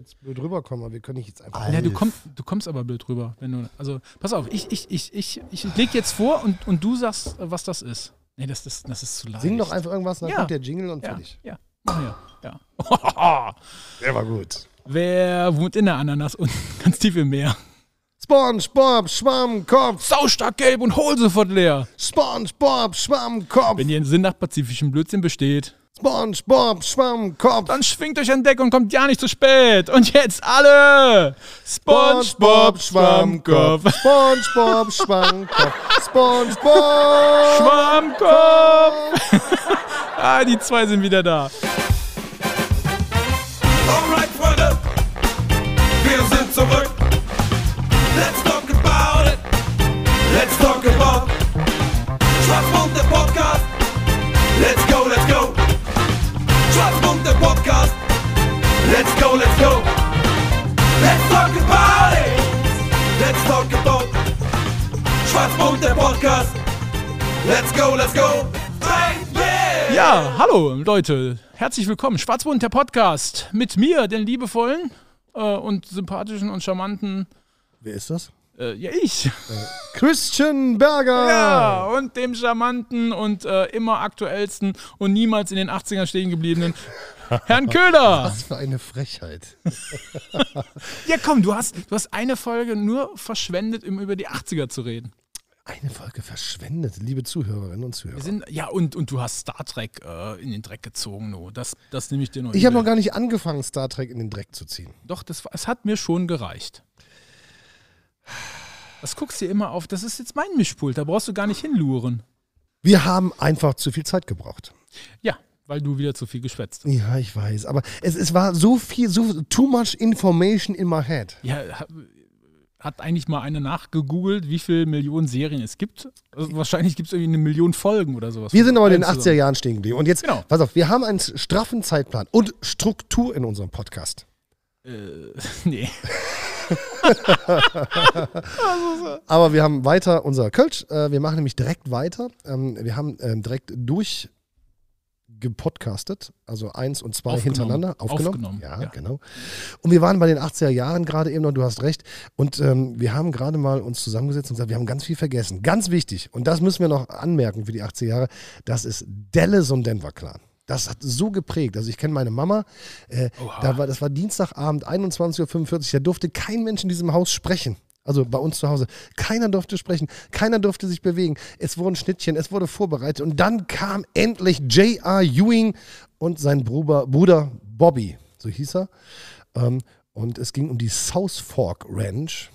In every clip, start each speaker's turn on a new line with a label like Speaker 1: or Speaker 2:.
Speaker 1: jetzt blöd rüberkommen, aber wir können nicht jetzt einfach.
Speaker 2: Ja, du, komm, du kommst aber blöd rüber. Wenn du, also, pass auf, ich, ich, ich, ich, ich leg jetzt vor und, und du sagst, was das ist. Nee, das ist, das ist zu leicht.
Speaker 1: Sing doch einfach irgendwas, dann
Speaker 2: Ja.
Speaker 1: kommt der Jingle und
Speaker 2: ja,
Speaker 1: fertig.
Speaker 2: ja, machen wir. Ja.
Speaker 1: Der war gut.
Speaker 2: Wer wohnt in der Ananas unten ganz tief im Meer?
Speaker 1: SpongeBob Schwammkopf,
Speaker 2: Saustark gelb und hol sofort leer.
Speaker 1: SpongeBob Schwammkopf,
Speaker 2: Wenn ihr einen Sinn nach pazifischem Blödsinn besteht,
Speaker 1: SpongeBob Schwammkopf,
Speaker 2: dann schwingt euch an Deck und kommt ja nicht zu spät. Und jetzt alle!
Speaker 1: SpongeBob Schwammkopf, SpongeBob Schwammkopf, SpongeBob
Speaker 2: Schwammkopf! ah, die zwei sind wieder da.
Speaker 3: Alright, Freunde, wir sind zurück. Let's talk about it. Let's talk about Schwarzmund, der Podcast. Let's go, let's go. Schwarzmund, der Podcast. Let's go, let's go. Let's talk about it. Let's talk about Schwarzmund, der Podcast. Let's go, let's go. Baby.
Speaker 2: Ja, hallo Leute, herzlich willkommen. Schwarzbund, der Podcast. Mit mir, den liebevollen äh, und sympathischen und charmanten,
Speaker 1: Wer ist das?
Speaker 2: äh, ja ich.
Speaker 1: Christian Berger.
Speaker 2: Ja, und dem charmanten und äh, immer aktuellsten und niemals in den 80ern stehen gebliebenen Herrn Köhler.
Speaker 1: Was für eine Frechheit.
Speaker 2: Ja, komm, du hast, du hast eine Folge nur verschwendet, um über die 80er zu reden.
Speaker 1: Eine Folge verschwendet, liebe Zuhörerinnen und Zuhörer.
Speaker 2: Wir sind, ja, und, und du hast Star Trek äh, in den Dreck gezogen, no. das, das nehme ich dir noch
Speaker 1: Ich habe noch
Speaker 2: übel.
Speaker 1: gar nicht angefangen, Star Trek in den Dreck zu ziehen.
Speaker 2: Doch, das, war- es hat mir schon gereicht. Das guckst du dir immer auf. Das ist jetzt mein Mischpult, da brauchst du gar nicht hinluren.
Speaker 1: Wir haben einfach zu viel Zeit gebraucht.
Speaker 2: Ja, weil du wieder zu viel geschwätzt hast.
Speaker 1: Ja, ich weiß, aber es, es war so viel, so too much information in my head.
Speaker 2: Ja, ha- hat eigentlich mal einer nachgegoogelt, wie viele Millionen Serien es gibt? Also wahrscheinlich gibt es irgendwie eine Million Folgen oder sowas.
Speaker 1: Wir sind aber in den
Speaker 2: Allen
Speaker 1: 80er Jahren stehen geblieben. Und jetzt,
Speaker 2: Genau.
Speaker 1: pass auf, wir haben einen straffen Zeitplan und Struktur in unserem Podcast.
Speaker 2: zusammen. Äh, Nee.
Speaker 1: Aber wir haben weiter unser Kölsch. Äh, wir machen nämlich direkt weiter. Ähm, wir haben ähm, direkt durch gepodcastet, also eins und zwei
Speaker 2: Aufgenommen.
Speaker 1: hintereinander aufgenommen.
Speaker 2: Aufgenommen,
Speaker 1: Ja,
Speaker 2: ja.
Speaker 1: genau. Und wir waren bei den 80er Jahren gerade eben noch, du hast recht. Und ähm, wir haben gerade mal uns zusammengesetzt und gesagt, wir haben ganz viel vergessen. Ganz wichtig, und das müssen wir noch anmerken für die 80er Jahre, das ist Dallas und Denver Clan. Das hat so geprägt. Also ich kenne meine Mama, äh, da war, das war Dienstagabend, 21.45 Uhr, da durfte kein Mensch in diesem Haus sprechen. Also bei uns zu Hause. Keiner durfte sprechen, keiner durfte sich bewegen. Es wurden Schnittchen, es wurde vorbereitet. Und dann kam endlich J.R. Ewing und sein Bruder, Bruder Bobby, so hieß er. Ähm, und es ging um die South Fork Ranch.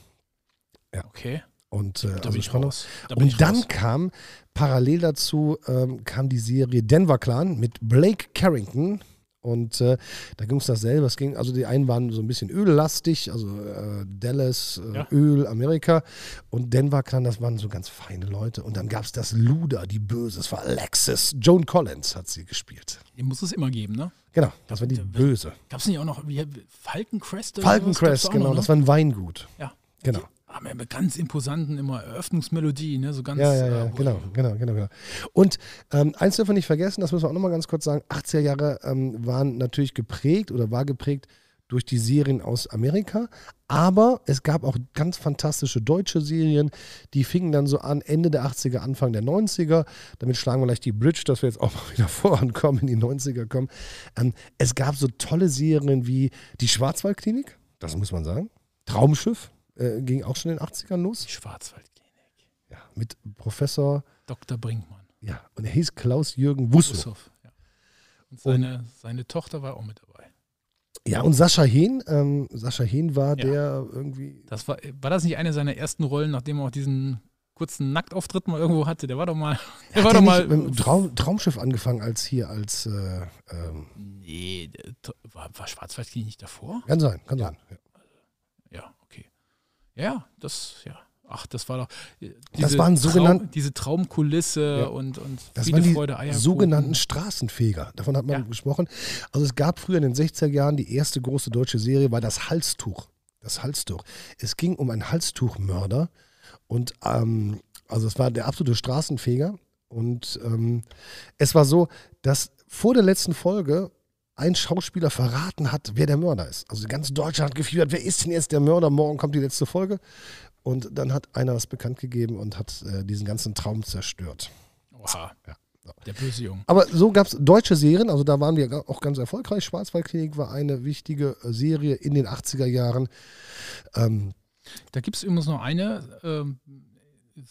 Speaker 2: Okay.
Speaker 1: Und, äh,
Speaker 2: Da bin ich
Speaker 1: Spannung.
Speaker 2: raus. Da bin
Speaker 1: und
Speaker 2: ich
Speaker 1: dann
Speaker 2: raus.
Speaker 1: kam parallel dazu ähm, kam die Serie Denver Clan mit Blake Carrington. Und äh, da ging es dasselbe. Es ging, also die einen waren so ein bisschen öllastig, also äh, Dallas, äh,
Speaker 2: Ja.
Speaker 1: Öl, Amerika. Und Denver Clan, das waren so ganz feine Leute. Und dann gab es das Luda, die Böse. Das war Alexis. Joan Collins hat sie gespielt.
Speaker 2: Den muss es immer geben, ne?
Speaker 1: Genau, das war die Böse.
Speaker 2: Gab es nicht auch noch wie, Falcon Crest? oder
Speaker 1: Falcon
Speaker 2: sowas? Gab's
Speaker 1: Crest,
Speaker 2: auch
Speaker 1: genau.
Speaker 2: Noch, ne?
Speaker 1: Das war ein Weingut.
Speaker 2: ja. Ah,
Speaker 1: Genau.
Speaker 2: Haben ja mit ganz imposanten immer Eröffnungsmelodie, ne? So ganz.
Speaker 1: Ja, ja, ja,
Speaker 2: äh,
Speaker 1: genau, genau, genau, genau. Und ähm, eins dürfen wir nicht vergessen, das müssen wir auch nochmal ganz kurz sagen, 80er Jahre ähm, waren natürlich geprägt oder war geprägt durch die Serien aus Amerika, aber es gab auch ganz fantastische deutsche Serien, die fingen dann so an, Ende der 80er, Anfang der 90er, damit schlagen wir gleich die Bridge, dass wir jetzt auch mal wieder vorankommen, in die 90er kommen. Ähm, es gab so tolle Serien wie die Schwarzwaldklinik, das muss man sagen, Traumschiff, äh, ging auch schon in den 80ern los,
Speaker 2: Die Schwarzwaldklinik.
Speaker 1: ja, mit Professor
Speaker 2: Dr. Brinkmann.
Speaker 1: ja, und er hieß Klaus-Jürgen Wusso.
Speaker 2: Ussoff, ja. Und seine, seine Tochter war auch mit dabei.
Speaker 1: Ja, und Sascha Hehn, ähm, Sascha Hehn war
Speaker 2: Ja.
Speaker 1: der irgendwie,
Speaker 2: Das war, war das nicht eine seiner ersten Rollen, nachdem er auch diesen kurzen Nacktauftritt mal irgendwo hatte? Der war doch mal. Der war
Speaker 1: hat der
Speaker 2: doch mal.
Speaker 1: nicht mit dem Traum, Traumschiff angefangen als hier, als, äh, ähm,
Speaker 2: nee, der- war, war Schwarzwaldklinik nicht davor?
Speaker 1: kann sein, kann sein. Ja.
Speaker 2: Ja, okay. Ja, das, ja. Ach, das war doch. äh,
Speaker 1: Das
Speaker 2: diese
Speaker 1: waren
Speaker 2: Traum-
Speaker 1: sogenannten-
Speaker 2: diese Traumkulisse
Speaker 1: Ja.
Speaker 2: und, und
Speaker 1: Das
Speaker 2: Friede,
Speaker 1: waren die
Speaker 2: Freude, Eierkuchen.
Speaker 1: sogenannten Straßenfeger, davon hat man
Speaker 2: Ja.
Speaker 1: gesprochen. Also es gab früher in den 60er Jahren die erste große deutsche Serie, war das Halstuch. Das Halstuch. Es ging um einen Halstuchmörder und ähm, also es war der absolute Straßenfeger und ähm, es war so, dass vor der letzten Folge ein Schauspieler verraten hat, wer der Mörder ist. Also ganz Deutschland hat gefiebert, wer ist denn jetzt der Mörder? Morgen kommt die letzte Folge. Und dann hat einer das bekannt gegeben und hat äh, diesen ganzen Traum zerstört.
Speaker 2: Oha.
Speaker 1: Ja.
Speaker 2: Der böse Junge.
Speaker 1: Aber so gab es deutsche Serien, also da waren wir ga- auch ganz erfolgreich. Schwarzwaldklinik war eine wichtige äh, Serie in den 80er Jahren. Ähm,
Speaker 2: Da gibt es übrigens noch eine ähm,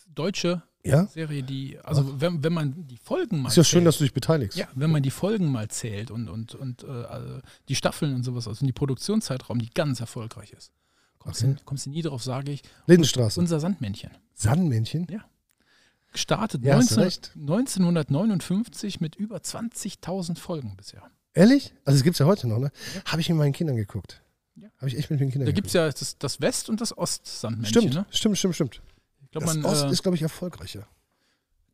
Speaker 2: deutsche
Speaker 1: ja,
Speaker 2: Serie, die, also wenn, wenn man die Folgen mal
Speaker 1: ist ja schön,
Speaker 2: zählt,
Speaker 1: dass du dich beteiligst.
Speaker 2: ja, wenn man die Folgen mal zählt und, und, und äh, also die Staffeln und sowas, also die Produktionszeitraum, die ganz erfolgreich ist. Kommst,
Speaker 1: Okay.
Speaker 2: du, kommst du nie drauf, sage ich.
Speaker 1: Lindenstraße.
Speaker 2: Unser Sandmännchen.
Speaker 1: Sandmännchen.
Speaker 2: Gestartet
Speaker 1: Ja, hast du
Speaker 2: 19,
Speaker 1: recht.
Speaker 2: 1959 mit über 20.000 Folgen bisher.
Speaker 1: Ehrlich? Also es gibt es ja heute noch, ne? Habe ich mit meinen Kindern geguckt.
Speaker 2: Ja.
Speaker 1: Habe ich echt mit meinen Kindern
Speaker 2: Da gibt es
Speaker 1: geguckt.
Speaker 2: ja das, das West- und das Ost-Sandmännchen.
Speaker 1: stimmt,
Speaker 2: Ne?
Speaker 1: stimmt, stimmt, stimmt.
Speaker 2: Ich glaub,
Speaker 1: Das
Speaker 2: man,
Speaker 1: Ost
Speaker 2: äh,
Speaker 1: ist, glaube ich, erfolgreicher.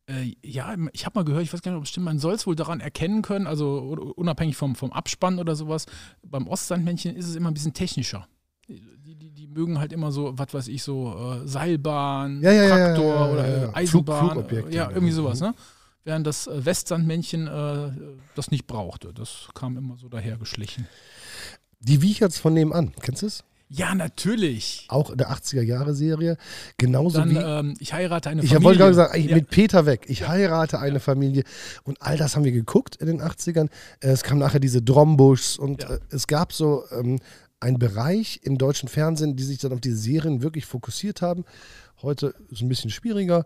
Speaker 2: Äh, ja, ich habe mal gehört, ich weiß gar nicht, ob es stimmt, man soll es wohl daran erkennen können, also u- unabhängig vom, vom Abspann oder sowas. Beim Ostsandmännchen ist es immer ein bisschen technischer. Die, die, die mögen halt immer so, was weiß ich, so äh, Seilbahn,
Speaker 1: Ja, ja, ja,
Speaker 2: Traktor
Speaker 1: ja, ja, ja,
Speaker 2: oder
Speaker 1: ja.
Speaker 2: äh, Eisenbahn.
Speaker 1: Flug- Flugobjekte.
Speaker 2: äh, ja, irgendwie sowas,
Speaker 1: Mhm.
Speaker 2: ne? Während das äh, Westsandmännchen äh, das nicht brauchte. Das kam immer so dahergeschlichen.
Speaker 1: Die Wiecherts von nebenan, kennst du es?
Speaker 2: Ja, natürlich.
Speaker 1: Auch in der 80er-Jahre-Serie. Genauso
Speaker 2: Dann,
Speaker 1: wie
Speaker 2: ähm, ich heirate eine
Speaker 1: Ich
Speaker 2: Familie.
Speaker 1: wollte gerade sagen, ich,
Speaker 2: ja.
Speaker 1: mit Peter weg. Ich heirate eine Familie. Und all das haben wir geguckt in den 80ern. Äh, Es kam nachher diese Drombuschs und
Speaker 2: Ja.
Speaker 1: äh, es gab so ähm, einen Bereich im deutschen Fernsehen, die sich dann auf die Serien wirklich fokussiert haben. Heute ist es ein bisschen schwieriger,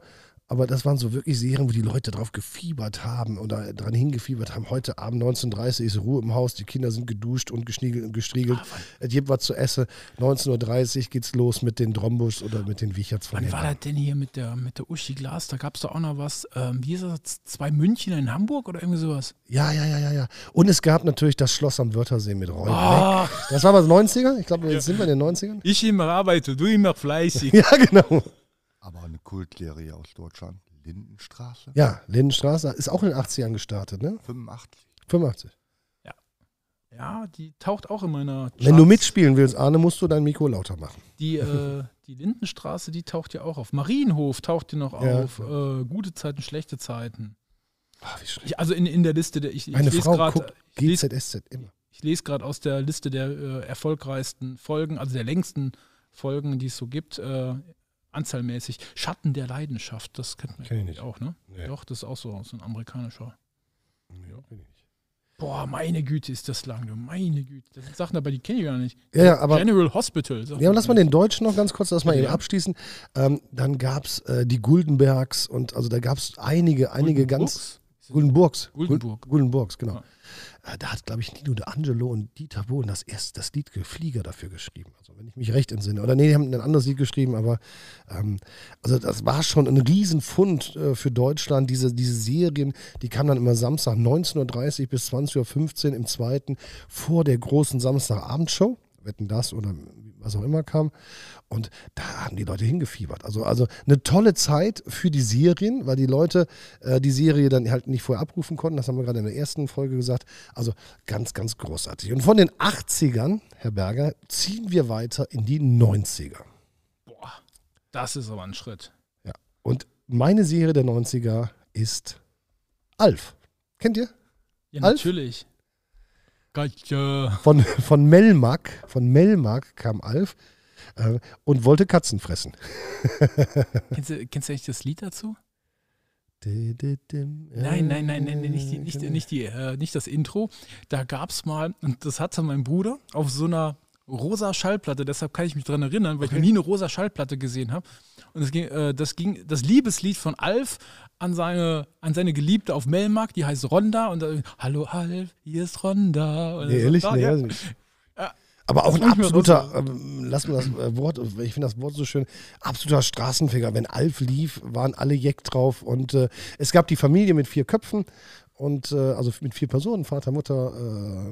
Speaker 1: aber das waren so wirklich Serien, wo die Leute drauf gefiebert haben oder dran hingefiebert haben. Heute Abend 19.30 Uhr ist Ruhe im Haus, die Kinder sind geduscht und geschniegelt und gestriegelt.
Speaker 2: Ah,
Speaker 1: Es gibt was zu essen. 19.30 Uhr geht's los mit den Drombuschs oder mit den Wicherts von
Speaker 2: Wann war
Speaker 1: nebenan.
Speaker 2: das denn hier mit der, mit der Uschi Glas? Da gab es doch auch noch was. Ähm, wie ist das? Zwei Münchner in Hamburg oder irgendwie sowas?
Speaker 1: Ja, ja, ja, ja, ja. Und es gab natürlich das Schloss am Wörthersee mit Roy.
Speaker 2: Ah.
Speaker 1: Black. Das war was 90er? Ich glaube, jetzt sind wir in den 90ern.
Speaker 2: Ich immer arbeite, du immer fleißig.
Speaker 1: Ja, genau.
Speaker 4: Aber eine Kultserie aus Deutschland, Lindenstraße,
Speaker 1: Ja, Lindenstraße ist auch in den 80ern gestartet, ne?
Speaker 4: 85.
Speaker 1: 85.
Speaker 2: Ja, die taucht auch in meiner Charts.
Speaker 1: Wenn du mitspielen willst, Arne, musst du dein Mikro lauter machen.
Speaker 2: Die, äh, die Lindenstraße, die taucht ja auch auf. Marienhof taucht die noch
Speaker 1: Ja.
Speaker 2: auf. Äh, gute Zeiten, schlechte Zeiten.
Speaker 1: Ach, Ah, wie schrecklich.
Speaker 2: Ich, also in, in der Liste der. Ich, ich
Speaker 1: Meine
Speaker 2: lese
Speaker 1: Frau
Speaker 2: grad-
Speaker 1: guckt
Speaker 2: ich lese-
Speaker 1: GZSZ immer.
Speaker 2: Ich lese gerade aus der Liste der äh, erfolgreichsten Folgen, also der längsten Folgen, die es so gibt, äh, anzahlmäßig. Schatten der Leidenschaft, das kennt man
Speaker 1: Kenn ich nicht.
Speaker 2: auch, ne?
Speaker 1: Nee.
Speaker 2: Doch, das ist auch so, so ein amerikanischer. Boah, meine Güte, ist das lang, du, meine Güte. Das sind Sachen dabei, die kenne ich gar nicht.
Speaker 1: Ja, ja, aber
Speaker 2: General Hospital. sagt
Speaker 1: Ja,
Speaker 2: man
Speaker 1: lass mal
Speaker 2: mir.
Speaker 1: den Deutschen noch ganz kurz, lass mal
Speaker 2: Ja,
Speaker 1: eben
Speaker 2: ja.
Speaker 1: abschließen. Ähm, dann gab es äh, die Guldenbergs und also da gab es einige, einige ganz.
Speaker 2: Brooks?
Speaker 1: Guldenburgs.
Speaker 2: Guldenburg.
Speaker 1: Gul- Guldenburgs, genau. Äh, Da hat, glaube ich, Nino de Angelo und Dieter Bohlen das erste das Lied Ge- Flieger dafür geschrieben. Also, wenn ich mich recht entsinne. Oder nee, die haben ein anderes Lied geschrieben, aber ähm, also das war schon ein Riesenfund äh, für Deutschland. Diese, diese Serien, die kamen dann immer Samstag 19.30 Uhr bis 20.15 Uhr im zweiten vor der großen Samstagabendshow. Wetten das oder was auch immer kam. Und da haben die Leute hingefiebert. Also, also eine tolle Zeit für die Serien, weil die Leute äh, die Serie dann halt nicht vorher abrufen konnten. Das haben wir gerade in der ersten Folge gesagt. Also ganz, ganz großartig. Und von den 80ern, Herr Berger, ziehen wir weiter in die 90er.
Speaker 2: Boah, das ist aber ein Schritt.
Speaker 1: Ja. Und meine Serie der 90er ist Alf. Kennt ihr?
Speaker 2: Ja,
Speaker 1: Alf?
Speaker 2: natürlich. Gotcha.
Speaker 1: Von, von Melmark. Von Melmark kam Alf äh, und wollte Katzen fressen.
Speaker 2: Kennst du, kennst du eigentlich das Lied dazu?
Speaker 1: Nein,
Speaker 2: Nein, nein, nein, nein, nein, nicht, die, nicht, nicht, die, äh, nicht das Intro. Da gab es mal, und das hatte mein Bruder auf so einer rosa Schallplatte, deshalb kann ich mich dran erinnern, weil ich noch nie eine rosa Schallplatte gesehen habe. Und es ging, äh, das ging, das Liebeslied von Alf an seine, an seine Geliebte auf Melmark, die heißt Ronda. Und dann, Hallo Alf, hier ist Ronda. Und
Speaker 1: Nee,
Speaker 2: so,
Speaker 1: ehrlich?
Speaker 2: da,
Speaker 1: Nee, also-
Speaker 2: ja.
Speaker 1: weiß ich nicht. Aber auch ein
Speaker 2: muss ich mir
Speaker 1: absoluter, ähm, lass mal das äh, Wort, ich finde das Wort so schön, absoluter Straßenfeger. Wenn Alf lief, waren alle Jeck drauf und äh, es gab die Familie mit vier Köpfen und äh, also mit vier Personen, Vater, Mutter,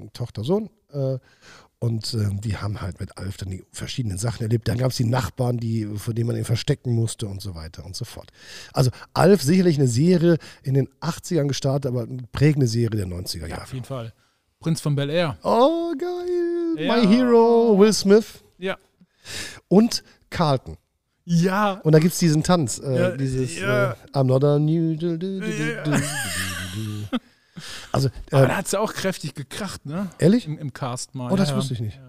Speaker 1: äh, Tochter, Sohn. Äh, und äh, die haben halt mit Alf dann die verschiedenen Sachen erlebt. Dann gab es die Nachbarn, die, vor denen man ihn verstecken musste und so weiter und so fort. Also Alf sicherlich eine Serie in den 80ern gestartet, aber eine prägende Serie der 90er
Speaker 2: ja,
Speaker 1: Jahre.
Speaker 2: auf jeden Fall. Prinz von Bel Air.
Speaker 1: Oh, geil. My
Speaker 2: Ja.
Speaker 1: Hero, Will Smith
Speaker 2: Ja.
Speaker 1: und Carlton.
Speaker 2: Ja.
Speaker 1: Und da gibt es diesen Tanz, äh,
Speaker 2: Ja,
Speaker 1: dieses
Speaker 2: ja.
Speaker 1: Äh, I'm not unusual. Du, du, du, du, du, du, du. Also,
Speaker 2: Aber
Speaker 1: äh,
Speaker 2: da hat es ja auch kräftig gekracht, ne?
Speaker 1: ehrlich?
Speaker 2: Im, im Cast mal.
Speaker 1: Oh, das
Speaker 2: ja,
Speaker 1: wusste ich
Speaker 2: ja.
Speaker 1: nicht.
Speaker 2: Ja.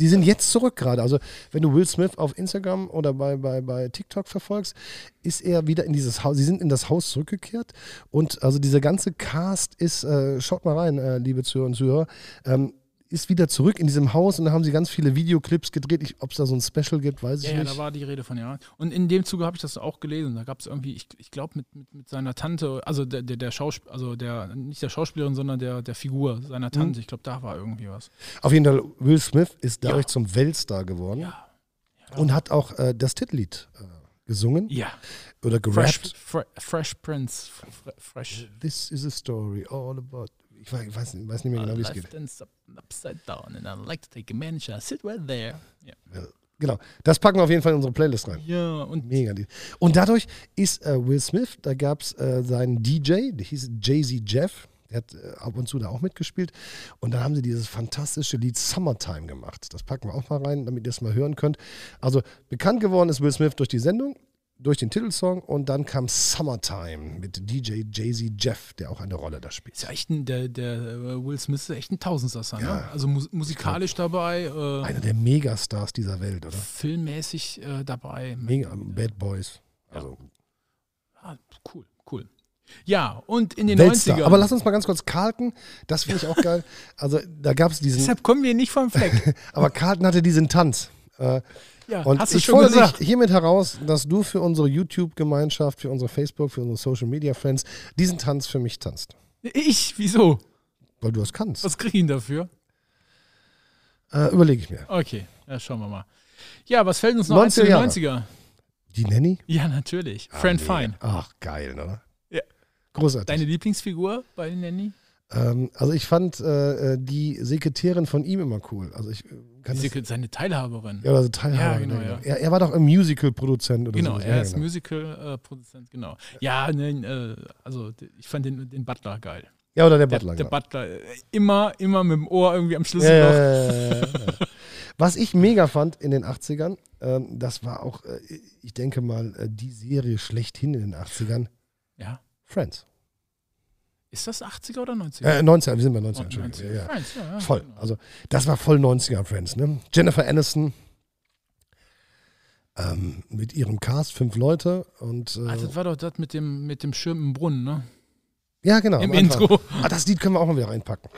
Speaker 1: Die sind jetzt zurück gerade. Also, wenn du Will Smith auf Instagram oder bei, bei, bei TikTok verfolgst, ist er wieder in dieses Haus. Sie sind in das Haus zurückgekehrt. Und also dieser ganze Cast ist, äh, schaut mal rein, äh, liebe Zuhörer und Zuhörer, ähm, ist wieder zurück in diesem Haus und da haben sie ganz viele Videoclips gedreht. Ob es da so ein Special gibt, weiß ich
Speaker 2: Ja, ja,
Speaker 1: nicht.
Speaker 2: da war die Rede von, ja. Und in dem Zuge habe ich das auch gelesen. Da gab es irgendwie, ich, ich glaube, mit, mit, mit seiner Tante, also der, der, der Schauspieler, also der, nicht der Schauspielerin, sondern der, der Figur
Speaker 1: Mhm.
Speaker 2: seiner Tante. Ich glaube, da war irgendwie was.
Speaker 1: Auf jeden Fall, Will Smith ist dadurch zum Weltstar geworden
Speaker 2: Ja.
Speaker 1: und hat auch äh, das Titellied äh, gesungen
Speaker 2: Ja.
Speaker 1: oder
Speaker 2: Fresh,
Speaker 1: gerappt.
Speaker 2: Fre Fresh Prince. Fre fresh.
Speaker 1: This is a story all about. Ich weiß, ich weiß, ich weiß nicht mehr genau, wie es geht.
Speaker 2: and sup- upside down and I'd like to take a manage. I sit right there. Ja,
Speaker 1: Genau. Das packen wir auf jeden Fall in unsere Playlist rein.
Speaker 2: ja und
Speaker 1: Mega Deal. Und dadurch ist äh, Will Smith, da gab es äh, seinen DJ, der hieß Jay-Z Jeff. Der hat äh, ab und zu da auch mitgespielt. Und dann haben sie dieses fantastische Lied Summertime gemacht. Das packen wir auch mal rein, damit ihr es mal hören könnt. Also bekannt geworden ist Will Smith durch die Sendung, durch den Titelsong und dann kam Summertime mit DJ Jay-Z Jeff, der auch eine Rolle da spielt.
Speaker 2: ist ja echt ein, der, der äh, Will Smith ist echt ein Tausendsasser. Ne? Also mus musikalisch dabei, äh,
Speaker 1: Einer der Megastars dieser Welt, oder?
Speaker 2: filmmäßig äh, dabei.
Speaker 1: Mega, Bad Boys. Also
Speaker 2: Ah, cool, cool. Ja, und in den
Speaker 1: Weltstar.
Speaker 2: 90ern.
Speaker 1: Aber lass uns mal ganz kurz Carlton, das finde ich auch geil. Also da gab es diesen
Speaker 2: Deshalb kommen wir nicht vom Fleck.
Speaker 1: Aber Carlton hatte diesen Tanz. Äh,
Speaker 2: Ja,
Speaker 1: und
Speaker 2: hast du
Speaker 1: ich
Speaker 2: schon
Speaker 1: fordere
Speaker 2: gesagt.
Speaker 1: dich hiermit heraus, dass du für unsere YouTube-Gemeinschaft, für unsere Facebook, für unsere Social Media Friends diesen Tanz für mich tanzt.
Speaker 2: Ich? Wieso?
Speaker 1: Weil du das kannst.
Speaker 2: Was krieg ich denn dafür?
Speaker 1: Äh, Überlege ich mir.
Speaker 2: Okay, ja, schauen wir mal. Ja, was fällt uns noch ein
Speaker 1: 90er
Speaker 2: zu den
Speaker 1: Jahre. Ah,
Speaker 2: 90er?
Speaker 1: Die Nanny?
Speaker 2: Ja, natürlich. Fran Fine.
Speaker 1: Ach, geil, oder?
Speaker 2: Ja.
Speaker 1: Großartig.
Speaker 2: Deine Lieblingsfigur bei Nanny?
Speaker 1: ähm, also ich fand äh, äh, die Sekretärin von ihm immer cool. Also ich äh, kann das,
Speaker 2: Secret, seine Teilhaberin.
Speaker 1: ja, also Teilhaber.
Speaker 2: Ja, genau, ja.
Speaker 1: Er, er war doch ein Musical-Produzent oder
Speaker 2: Genau,
Speaker 1: so.
Speaker 2: er ist Musical-Produzent, genau. Ja, ne, äh, also d- ich fand den, den Butler geil.
Speaker 1: Ja, oder der
Speaker 2: Der,
Speaker 1: Butler.
Speaker 2: der
Speaker 1: genau.
Speaker 2: Butler, äh, immer, immer mit dem Ohr irgendwie am Schlüssel
Speaker 1: Ja,
Speaker 2: noch.
Speaker 1: ja, ja, ja, ja, ja. Was ich mega fand in den 80ern, ähm, das war auch, äh, ich denke mal, äh, die Serie schlechthin in den 80ern,
Speaker 2: Ja.
Speaker 1: Friends.
Speaker 2: Ist das 80er oder 90er?
Speaker 1: Äh, 90er, wir sind bei 90er,
Speaker 2: Und
Speaker 1: Entschuldigung.
Speaker 2: 90er.
Speaker 1: Ja, ja.
Speaker 2: Friends, ja, ja,
Speaker 1: Voll.
Speaker 2: genau.
Speaker 1: Also, das war voll 90er Friends, ne? Jennifer Aniston ähm, mit ihrem Cast, fünf Leute und. Äh,
Speaker 2: Ah, das war doch das mit dem, mit dem Schirm im Brunnen, ne?
Speaker 1: ja, genau.
Speaker 2: Im
Speaker 1: am Anfang.
Speaker 2: Intro.
Speaker 1: Ah, das Lied können wir auch mal wieder reinpacken.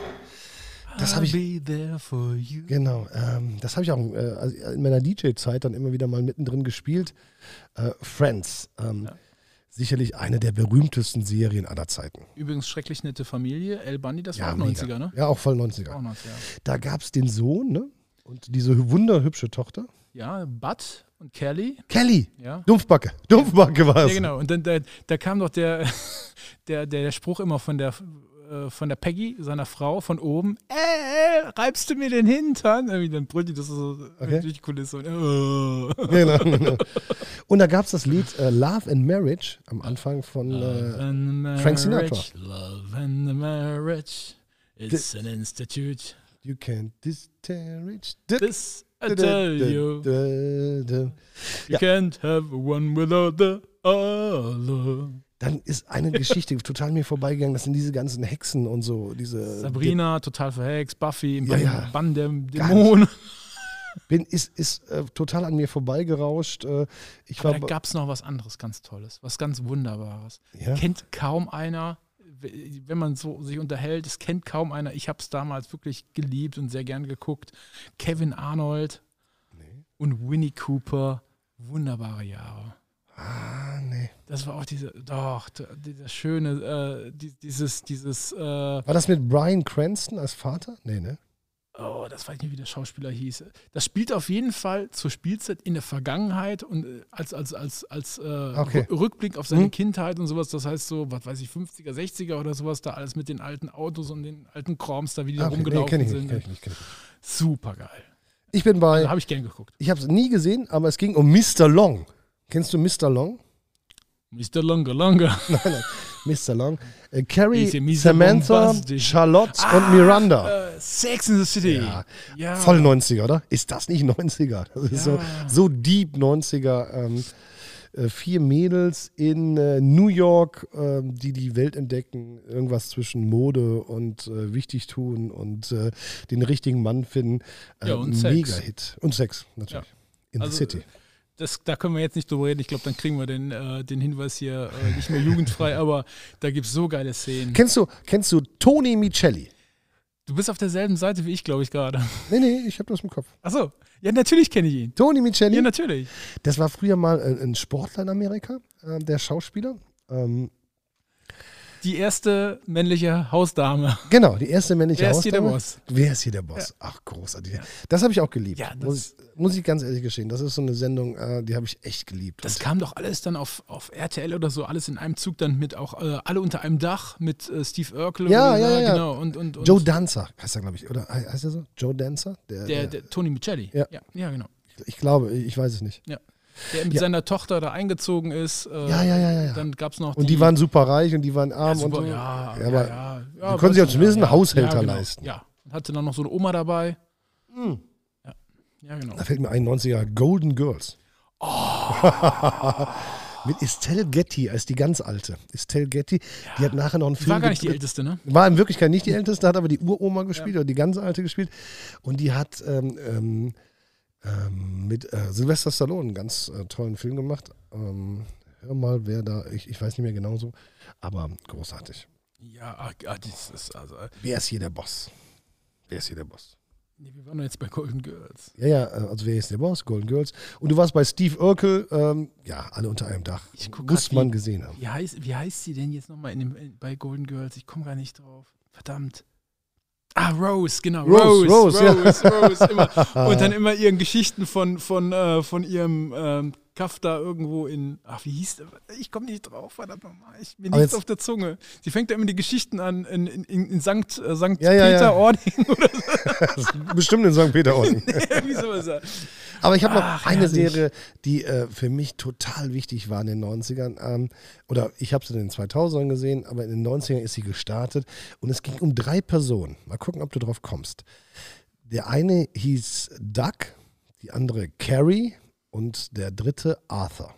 Speaker 1: Das habe ich
Speaker 2: I'll be there for you.
Speaker 1: Genau, ähm, das habe ich auch äh, also in meiner DJ-Zeit dann immer wieder mal mittendrin gespielt. Äh, Friends, ähm, sicherlich eine der berühmtesten Serien aller Zeiten.
Speaker 2: Übrigens, schrecklich nette Familie. El Bundy, das war auch
Speaker 1: mega.
Speaker 2: 90er, ne?
Speaker 1: Ja, auch voll
Speaker 2: Auch
Speaker 1: 90er.
Speaker 2: 90er.
Speaker 1: Da gab es den Sohn ne? und diese wunderhübsche Tochter.
Speaker 2: Ja, Bud und Kelly.
Speaker 1: Kelly,
Speaker 2: Ja.
Speaker 1: Dumpfbacke, Dumpfbacke war es.
Speaker 2: Ja, genau. Und dann da, da kam doch der, der, der, der Spruch immer von der, äh, von der Peggy, seiner Frau, von oben: Ey, ey, reibst du mir den Hintern? Irgendwie, dann brüllt die das so
Speaker 1: Okay.
Speaker 2: durch die Kulisse. Und, äh,
Speaker 1: Genau, genau. Und da gab es das Lied äh, Love and Marriage am Anfang von äh,
Speaker 2: When
Speaker 1: Frank Sinatra.
Speaker 2: marriage, Love and the marriage. It's an institute.
Speaker 1: You Can't Discourage.
Speaker 2: This I tell you. You
Speaker 1: Ja.
Speaker 2: can't have one without the other.
Speaker 1: dann ist eine Geschichte total mir vorbeigegangen. Das sind diese ganzen Hexen und so. Diese
Speaker 2: Sabrina, total verhext, Buffy, im
Speaker 1: Ja, ja.
Speaker 2: Bann der
Speaker 1: Gar
Speaker 2: Dämonen.
Speaker 1: Bin, ist ist äh, total an mir vorbeigerauscht. Äh, ich
Speaker 2: Da
Speaker 1: war
Speaker 2: gab es noch was anderes ganz Tolles, was ganz Wunderbares.
Speaker 1: Ja?
Speaker 2: Kennt kaum einer, w- wenn man so sich unterhält, es kennt kaum einer. Ich habe es damals wirklich geliebt und sehr gern geguckt. Kevin Arnold und Winnie Cooper, wunderbare Jahre.
Speaker 1: ah, nee.
Speaker 2: Das war auch diese, doch, d- dieser schöne, äh, die, dieses, dieses, äh,
Speaker 1: War das mit Brian Cranston als Vater? Nee, ne?
Speaker 2: oh, das weiß ich nicht, wie der Schauspieler hieß. Das spielt auf jeden Fall zur Spielzeit in der Vergangenheit und äh, als, als, als, als äh,
Speaker 1: Okay.
Speaker 2: Rü- Rückblick auf seine
Speaker 1: Mhm.
Speaker 2: Kindheit und sowas. Das heißt so, was weiß ich, 50er, 60er oder sowas, da alles mit den alten Autos und den alten Croms da, wie die da
Speaker 1: Ah, okay. Nee,
Speaker 2: rumgelaufen
Speaker 1: kenn ich nicht.
Speaker 2: sind. Also
Speaker 1: Kenn ich, nicht, kenn ich, nicht.
Speaker 2: Super geil.
Speaker 1: ich bin bei,
Speaker 2: Habe ich gern geguckt.
Speaker 1: ich habe es nie gesehen, aber es ging um Mr. Long. Kennst du Mr. Long?
Speaker 2: Mr. Longer, Longer.
Speaker 1: Nein, nein. Mr. Long. Äh, Carrie,
Speaker 2: Ist ja miese
Speaker 1: Samantha,
Speaker 2: Bombastik.
Speaker 1: Charlotte und Miranda.
Speaker 2: äh, Sex in the City.
Speaker 1: Ja.
Speaker 2: Ja.
Speaker 1: Voll 90er, oder? Ist das nicht 90er? Das ist
Speaker 2: Ja.
Speaker 1: so, so deep 90er. Ähm, äh, vier Mädels in äh, New York, äh, die die Welt entdecken, irgendwas zwischen Mode und äh, Wichtigtun und äh, den richtigen Mann finden. Äh,
Speaker 2: Ja, und Sex.
Speaker 1: Mega-Hit. Und Sex, natürlich. In
Speaker 2: Also,
Speaker 1: the City.
Speaker 2: Das, da können wir jetzt nicht drüber reden. Ich glaube, dann kriegen wir den, äh, den Hinweis hier äh, nicht mehr jugendfrei, aber da gibt es so geile Szenen.
Speaker 1: Kennst du, kennst du Tony Micelli?
Speaker 2: Du bist auf derselben Seite wie ich, glaube ich, gerade.
Speaker 1: Nee, nee, ich habe das im Kopf. ne
Speaker 2: Achso, ja, natürlich kenne ich ihn.
Speaker 1: Tony Micelli?
Speaker 2: Ja, natürlich.
Speaker 1: Das war früher mal äh, ein Sportler in Amerika, äh, der Schauspieler. Ähm,
Speaker 2: Die erste männliche Hausdame.
Speaker 1: genau, die erste männliche
Speaker 2: Wer ist hier der
Speaker 1: Hausdame.
Speaker 2: Boss?
Speaker 1: Wer ist hier der Boss? Ach, großartig. Das habe ich auch geliebt.
Speaker 2: Ja, das-
Speaker 1: muss, ich, muss ich ganz ehrlich gestehen. Das ist so eine Sendung, äh, die habe ich echt geliebt.
Speaker 2: Das kam doch alles dann auf, auf RTL oder so, alles in einem Zug, dann mit auch äh, alle unter einem Dach, mit äh, Steve Urkel.
Speaker 1: Ja,
Speaker 2: und,
Speaker 1: ja,
Speaker 2: äh,
Speaker 1: ja.
Speaker 2: Genau, und, und,
Speaker 1: und
Speaker 2: und
Speaker 1: Joe Dancer heißt er, glaube ich. Oder he- heißt er so? Joe Dancer? Der,
Speaker 2: der,
Speaker 1: der,
Speaker 2: der Tony Michelli.
Speaker 1: Ja.
Speaker 2: ja. Ja, genau.
Speaker 1: ich glaube, ich weiß es nicht.
Speaker 2: Ja. Der mit
Speaker 1: Ja.
Speaker 2: seiner Tochter da eingezogen ist. äh,
Speaker 1: Ja, ja, ja, ja, ja.
Speaker 2: Dann gab es noch
Speaker 1: Und die waren super reich und die waren arm
Speaker 2: super,
Speaker 1: und so.
Speaker 2: ja,
Speaker 1: Ja, aber
Speaker 2: ja, ja,
Speaker 1: die konnten sich auch zumindest einen Haushälter
Speaker 2: genau,
Speaker 1: leisten. Hm.
Speaker 2: Ja, und hatte dann noch so eine Oma dabei. Ja, ja, genau.
Speaker 1: Da fällt mir ein 90er Golden Girls.
Speaker 2: Oh.
Speaker 1: Mit Estelle Getty als die ganz alte. Estelle Getty, die hat nachher noch einen
Speaker 2: Die
Speaker 1: Film
Speaker 2: war gar nicht die
Speaker 1: gedreht.
Speaker 2: Älteste, ne?
Speaker 1: War in Wirklichkeit nicht die älteste, hat aber die Uroma gespielt oder die ganz alte gespielt. Und die hat ähm, ähm, ähm, mit äh, Sylvester Stallone einen ganz äh, tollen Film gemacht. Ähm, hör mal, wer da, ich, ich weiß nicht mehr genau so, aber großartig.
Speaker 2: Ja, ah, ah, das ist also. äh,
Speaker 1: Wer ist hier der Boss? Wer ist hier der Boss?
Speaker 2: Nee, wir waren doch jetzt bei Golden Girls.
Speaker 1: Ja, ja, äh, also wer ist der Boss? Golden Girls. Und du warst bei Steve Urkel, ähm, ja, alle unter einem Dach.
Speaker 2: Ich guck
Speaker 1: Muss
Speaker 2: grad, wie-
Speaker 1: man gesehen haben.
Speaker 2: Wie heißt, wie heißt sie denn jetzt nochmal in dem, in, bei Golden Girls? Ich komme gar nicht drauf. Verdammt. Ah, Rose, genau.
Speaker 1: Rose,
Speaker 2: Rose,
Speaker 1: Rose, ja.
Speaker 2: Rose, Rose, immer. Und dann immer ihren Geschichten von, von, äh, von ihrem ähm, Kaff da irgendwo in. Ach, wie hieß der? Ich komme nicht drauf, verdammt nochmal. Ich bin
Speaker 1: Aber
Speaker 2: nichts
Speaker 1: jetzt-
Speaker 2: auf der Zunge. Sie fängt da immer die Geschichten an in, in, in, in Sankt, äh, Sankt
Speaker 1: Ja, ja, ja.
Speaker 2: Peter Ording oder
Speaker 1: Bestimmt in St. Peter-Ording.
Speaker 2: irgendwie sowas.
Speaker 1: Aber ich habe noch
Speaker 2: Ach,
Speaker 1: eine
Speaker 2: herrlich.
Speaker 1: Serie, die äh, für mich total wichtig war in den 90ern. Ähm, oder ich habe sie in den 2000ern gesehen, aber in den 90ern ist sie gestartet. Und es ging um drei Personen. Mal gucken, ob du drauf kommst. Der eine hieß Duck, die andere Carrie und der dritte Arthur.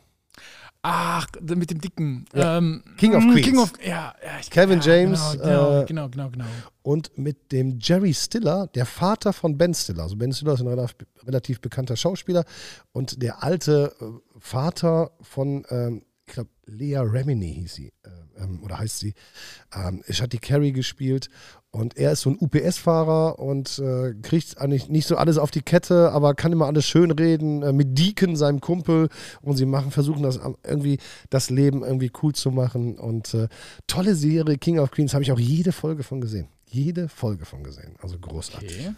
Speaker 2: Ach, mit dem dicken. Ähm,
Speaker 1: King of
Speaker 2: mh,
Speaker 1: Queens.
Speaker 2: King of, ja, ja, ich,
Speaker 1: Kevin
Speaker 2: ja,
Speaker 1: James,
Speaker 2: Genau,
Speaker 1: äh,
Speaker 2: genau, genau, genau.
Speaker 1: Und mit dem Jerry Stiller, der Vater von Ben Stiller. Also Ben Stiller ist ein relativ, relativ bekannter Schauspieler. Und der alte äh, Vater von, ähm, ich glaube, Lea Remini hieß sie. äh, Ähm, oder heißt sie. Ähm, es hat die Carrie gespielt. Und er ist so ein UPS-Fahrer und äh, kriegt eigentlich nicht so alles auf die Kette, aber kann immer alles schön reden äh, mit Deacon, seinem Kumpel. Und sie machen, versuchen das am- irgendwie, das Leben irgendwie cool zu machen. Und äh, tolle Serie, King of Queens, habe ich auch jede Folge von gesehen. Jede Folge von gesehen. Also großartig.
Speaker 2: Okay.